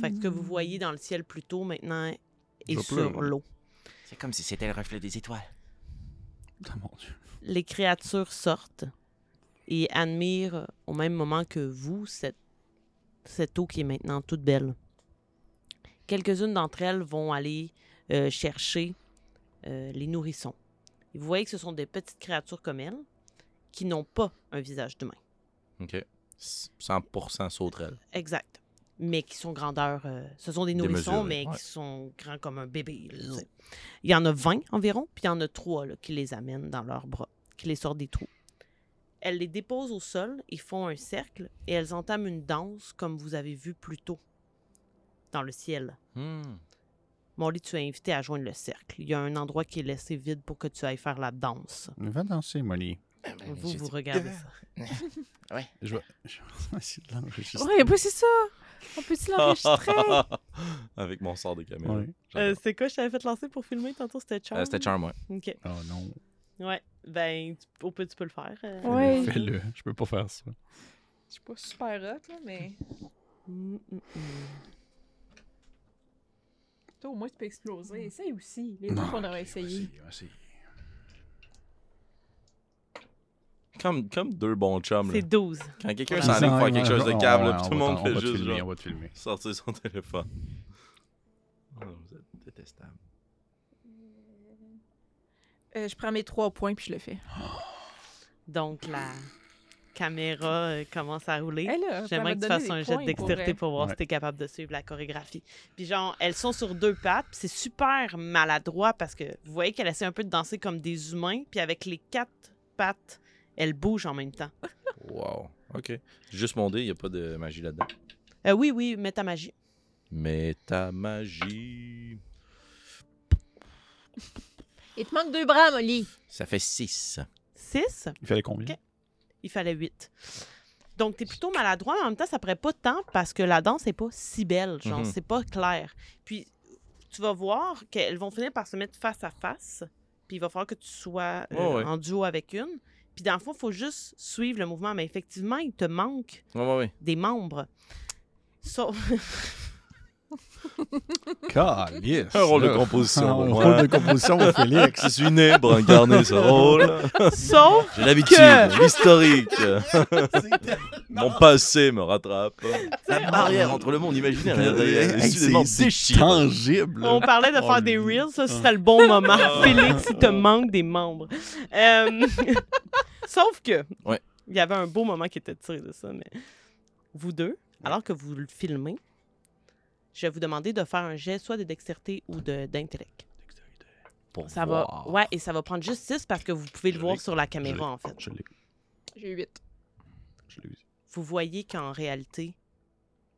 B: Fait que ce que vous voyez dans le ciel plus tôt maintenant
C: Je
B: est
C: vais
B: sur
C: pleurer.
B: l'eau.
F: C'est comme si c'était le reflet des étoiles.
C: Ah, mon Dieu.
B: les créatures sortent et admirent au même moment que vous cette, cette eau qui est maintenant toute belle. Quelques-unes d'entre elles vont aller euh, chercher euh, les nourrissons. Et vous voyez que ce sont des petites créatures comme elles qui n'ont pas un visage d'humain.
F: OK. 100% sauterelle.
B: Exact. Mais qui sont grandeur. euh, ce sont des nourrissons,
F: Démesurés,
B: mais
F: ouais.
B: qui sont grands comme un bébé. là, tu sais. Il y en a 20 environ, puis il y en a 3 qui les amènent dans leurs bras, qui les sortent des trous. Elles les déposent au sol, ils font un cercle et elles entament une danse comme vous avez vu plus tôt dans le ciel.
F: Hmm.
B: Mon lit, tu es invité à joindre le cercle. Il y a un endroit qui est laissé vide pour que tu ailles faire la danse.
C: Va danser, Molly.
F: Ben,
B: vous, vous regardez ça.
C: Je vais, je vais essayer de l'enregistrer.
D: Ouais, bah c'est ça. On peut-tu l'enregistrer?
F: Avec mon sort de caméra.
C: Ouais.
F: J'adore.
B: Euh, c'est quoi je t'avais fait lancer pour filmer tantôt? C'était Charm?
F: Euh, c'était Charm, ouais.
B: OK.
C: Oh non.
B: Ouais. Ben, tu- au peu, tu peux le faire. euh.
D: Ouais.
C: Fais-le. Je peux pas faire ça.
D: Je suis pas super hot, là, mais.
B: Mm, mm, mm.
D: Toi, au moins, tu peux exploser. Essaye aussi. Les
C: Non,
D: deux qu'on aurait
C: ok,
D: essayé.
C: vas-y, vas-y.
F: Comme, comme deux bons chums. là.
B: C'est 12.
F: Quand quelqu'un
B: Ouais.
F: s'en ligne pour faire
C: Ouais,
F: quelque chose de
C: ouais,
F: câble,
C: ouais,
F: là, puis tout
C: on
F: le
C: va
F: monde
C: t'en-
F: fait
C: on va te
F: juste
C: filmer,
F: genre,
C: On va te filmer.
F: sortir son téléphone. Oh, vous êtes détestable.
D: Euh, je prends mes trois points puis je le fais.
B: Donc, la caméra euh, commence à rouler.
D: Eh là, ça m'a
B: J'aimerais que tu
D: donné
B: fasses
D: des
B: un jet
D: points, pour
B: d'extérité
D: vrai.
B: pour voir
C: Ouais.
B: si t'es capable de suivre la chorégraphie. Puis genre, elles sont sur deux pattes, puis c'est super maladroit parce que vous voyez qu'elles essaient un peu de danser comme des humains, puis avec les quatre pattes, elles bougent en même temps.
F: Wow. OK. Juste mon dé, il n'y a pas de magie là-dedans.
B: Euh, oui, oui, mets ta magie.
F: Mais ta magie.
G: Il te manque deux bras, Molly.
F: Ça fait 6.
B: 6,
C: Il fallait combien?
B: Ok. il fallait 8. Donc, t'es plutôt maladroit, mais en même temps, ça prend pas tant parce que la danse n'est pas si belle. Genre,
F: Mhm.
B: c'est pas clair. Puis, tu vas voir qu'elles vont finir par se mettre face à face. Puis, il va falloir que tu sois euh,
F: Ouais, ouais.
B: en duo avec une. Puis, dans le fond, il faut juste suivre le mouvement. Mais effectivement, il te manque
F: Ouais, ouais, ouais.
B: des membres. Sauf.
C: Calisse,
F: Un rôle de
C: là.
F: composition pour
C: Un
F: moi.
C: rôle de composition pour Félix.
F: Je suis né pour incarner ce rôle.
B: sauf
F: J'ai l'habitude, l'historique. Mon passé me rattrape. La barrière entre le monde imaginaire et le réel est
C: Hey,
F: décidément
C: c'est- c'est
F: déchirée.
C: Tangible.
B: On parlait de
C: On
B: faire des
C: le-
B: reels, ça, c'était le bon moment.
F: Ah.
B: Félix, il te manque des membres. Euh, Sauf que,
F: Ouais.
B: il y avait un beau moment qui était tiré de ça, mais vous deux, alors que vous le filmez, je vais vous demander de faire un jet soit de dextérité ou de- d'intellect.
F: Pour
B: Ça va,
F: voir.
B: ouais, et ça va prendre juste 6 parce que vous pouvez le
C: Je
B: voir
C: l'ai.
B: sur la
C: Je l'ai.
B: caméra, en fait.
C: Je l'ai.
D: J'ai huit.
C: Je l'ai.
B: Vous voyez qu'en réalité,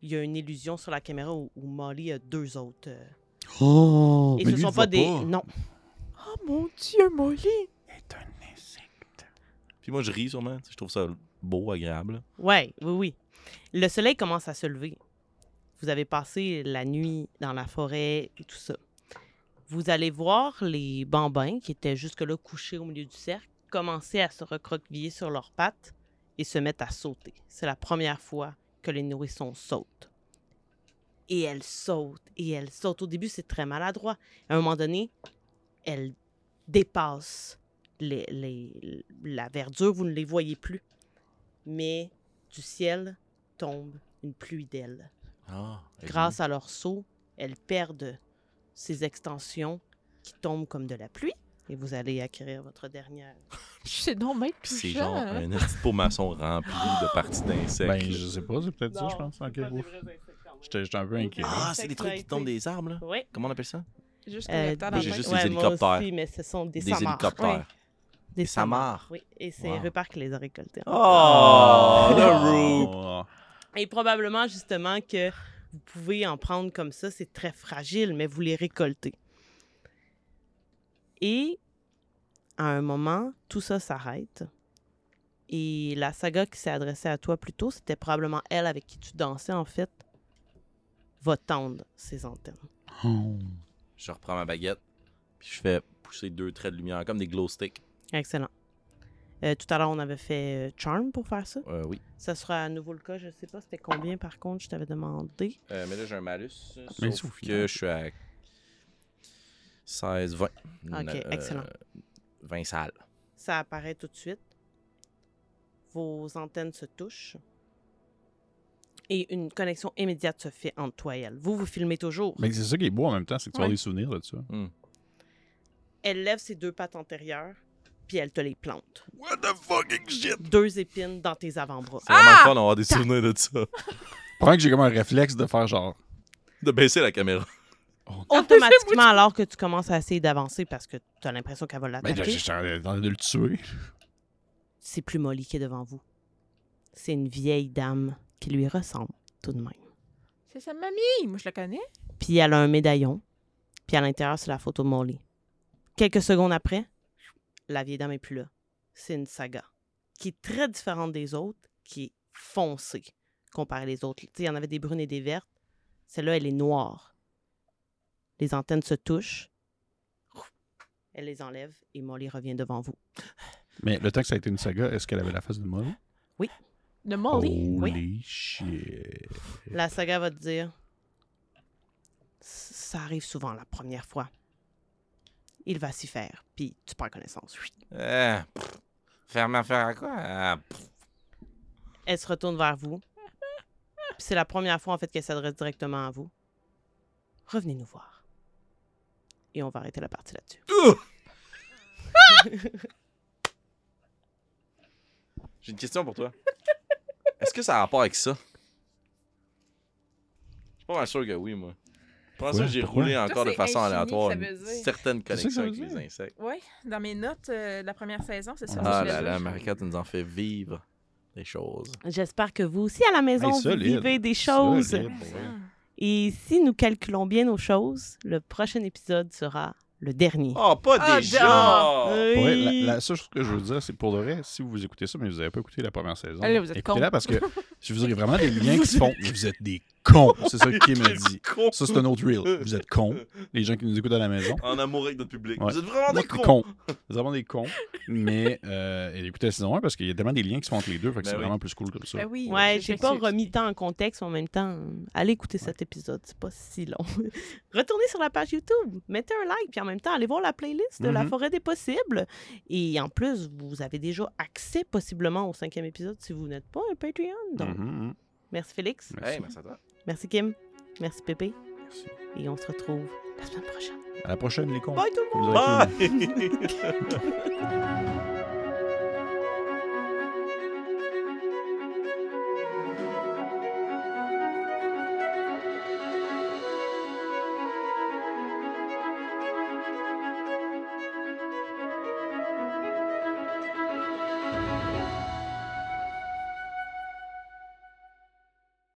B: il y a une illusion sur la caméra où, où Molly a deux autres. euh,
C: Oh,
B: et ce sont pas des. Non,
D: Oh mon dieu, Molly!
C: C'est un insecte.
F: Puis moi, je ris sûrement. tu sais, Je trouve ça beau, agréable.
B: Ouais, oui, oui. Le soleil commence à se lever. Vous avez passé la nuit dans la forêt et tout ça. Vous allez voir les bambins qui étaient jusque-là couchés au milieu du cercle commencer à se recroqueviller sur leurs pattes et se mettre à sauter. C'est la première fois que les nourrissons sautent. Et elles sautent, et elles sautent. Au début, c'est très maladroit. À un moment donné, elles dépassent les- les- la verdure, vous ne les voyez plus mais du ciel tombe une pluie d'ailes.
F: Ah,
B: Grâce à leur saut, elles perdent ces extensions qui tombent comme de la pluie. Et vous allez acquérir votre dernière.
D: C'est donc même
F: Puis c'est
D: touchant.
F: genre
B: euh,
D: hein.
F: un petit pot maçon rempli de parties d'insectes.
C: Ben, je sais pas, c'est peut-être ça, je pense. Ok, vous- J'étais j'étais un peu inquiet.
F: Ah, c'est des trucs qui tombent des arbres, là.
B: Oui.
F: Comment on appelle ça?
D: Juste
B: euh,
D: temps
F: J'ai
B: des-
F: juste
B: ouais,
F: les
B: moi
F: hélicoptères.
B: aussi, mais ce sont des,
F: Des,
B: samars.
F: hélicoptères.
B: Oui, des
F: Des samars.
B: Oui, et c'est
F: Wow.
B: Rupert qui les a récoltés.
F: Oh,
C: Oh.
F: le roux!
B: Et probablement, justement, que Vous pouvez en prendre comme ça, c'est très fragile, mais vous les récoltez. Et à un moment, tout ça s'arrête. Et la saga qui s'est adressée à toi plus tôt, c'était probablement elle avec qui tu dansais, en fait, va tendre ses antennes.
F: Je reprends ma baguette, puis je fais pousser deux traits de lumière, comme des glow sticks.
B: Excellent. Euh, tout à l'heure, on avait fait euh, Charm pour faire ça.
F: Euh, oui.
B: Ça sera à nouveau le cas. Je sais pas c'était combien, par contre, je t'avais demandé.
F: Euh, mais là, j'ai un malus. euh,
C: Mais
F: sauf
C: Sophie,
F: que je suis à 16, 20.
B: Ok, excellent.
F: 20 Euh, salles.
B: Ça apparaît tout de suite. Vos antennes se touchent. Et une connexion immédiate se fait entre toi et elle. Vous, vous filmez toujours.
C: Mais c'est ça qui est beau en même temps, c'est que tu as
D: Ouais.
C: des souvenirs de ça.
B: Elle lève ses deux pattes antérieures, puis elle te les plante.
C: What the fucking shit?
B: Deux épines dans tes avant-bras.
F: C'est vraiment le fun d'avoir des souvenirs de ça.
C: Pendant que j'ai comme un réflexe de faire genre.
F: De baisser la caméra.
B: Automatiquement, alors que tu commences à essayer d'avancer parce que tu as l'impression qu'elle va
C: Mais là,
B: l'attaquer,
C: j'ai en train de le tuer.
B: c'est plus Molly qui est devant vous. C'est une vieille dame qui lui ressemble tout de même.
D: C'est sa mamie, moi je la connais.
B: Puis elle a un médaillon. Puis à l'intérieur, c'est la photo de Molly. Quelques secondes après, la vieille dame est plus là. C'est une saga qui est très différente des autres, qui est foncée comparée aux autres. Tu sais, il y en avait des brunes et des vertes. Celle-là, elle est noire. Les antennes se touchent. Elle les enlève et Molly revient devant vous.
C: Mais le temps que ça a été une saga, est-ce qu'elle avait la face de Molly?
D: De Molly.
C: Holy
B: Oh, oui.
C: shit.
B: La saga va te dire Ça arrive souvent la première fois. Il va s'y faire, puis tu prends connaissance.
F: Euh, pff, faire ma affaire à quoi? Ah, pff,
B: Elle se retourne vers vous. Puis C'est la première fois en fait qu'elle s'adresse directement à vous. Revenez nous voir. Et on va arrêter la partie là-dessus.
F: j'ai une question pour toi. Est-ce que ça a rapport avec ça? Je suis pas mal sûr que oui, moi. Je pense
C: Quoi?
F: que j'ai
C: Pourquoi?
F: roulé encore de
D: c'est
F: façon
D: infini,
F: aléatoire
D: ça veut
F: une
D: dire.
F: certaine
C: C'est ça que ça
F: connexion
C: veut
F: avec les
C: dire.
F: insectes.
D: Oui, dans mes notes euh, de la première saison, c'est ça.
C: Ah
D: que
F: Ah
D: je
F: là
D: mets
F: là, Marika, tu nous en fais vivre des choses.
B: J'espère que vous aussi à la maison,
C: Hey,
B: vous
C: solide.
B: vivez des choses.
C: Solide,
D: Ah,
C: pour
D: ça.
C: vrai.
B: Et si nous calculons bien nos choses, le prochain épisode sera le dernier.
F: Oh, pas
D: Ah,
F: déjà!
D: déjà!
C: Pour vrai,
B: Oui.
C: la, la seule chose que je veux dire, c'est pour de vrai, si vous écoutez ça, mais vous n'avez pas écouté la première saison,
D: Là, vous êtes
C: écoutez-la
D: cons.
C: parce que je vous dirais vraiment des liens qui se font. Vous êtes des cons, c'est ça qui me dit. Ça, c'est un autre reel. Vous êtes cons, les gens qui nous écoutent à la maison.
F: En amour avec notre public.
C: Ouais.
F: Vous êtes vraiment
C: Vous
F: des
C: êtes
F: cons!
C: Vous êtes vraiment des cons, mais euh, et écoutez la saison 1 parce qu'il y a tellement des liens qui se font entre les deux, fait que
F: Ben
C: c'est
F: oui.
C: vraiment plus cool comme ça.
D: Ben oui,
B: Ouais,
D: je
B: j'ai
D: sais
B: pas
D: que c'est-
B: remis tant en contexte, mais en même temps, allez écouter cet épisode, c'est pas si long. Retournez sur la page YouTube, mettez un like, puis en même temps, allez voir la playlist de La
C: Mhm.
D: Mm-hmm.
B: Forêt des Possibles. Et en plus, vous avez déjà accès possiblement au cinquième épisode si vous n'êtes pas un Patreon.
D: Mm-hmm.
B: Donc,
C: Mhm, mhm.
B: merci
D: Mm.
B: Félix,
C: Merci.
F: Hey, merci à toi.
B: merci Kim, merci Pépé,
C: Merci.
B: et on se retrouve la semaine prochaine.
C: À la prochaine, les cons.
B: Bye tout le monde!
C: Vous aurez tout le monde.
F: Bye!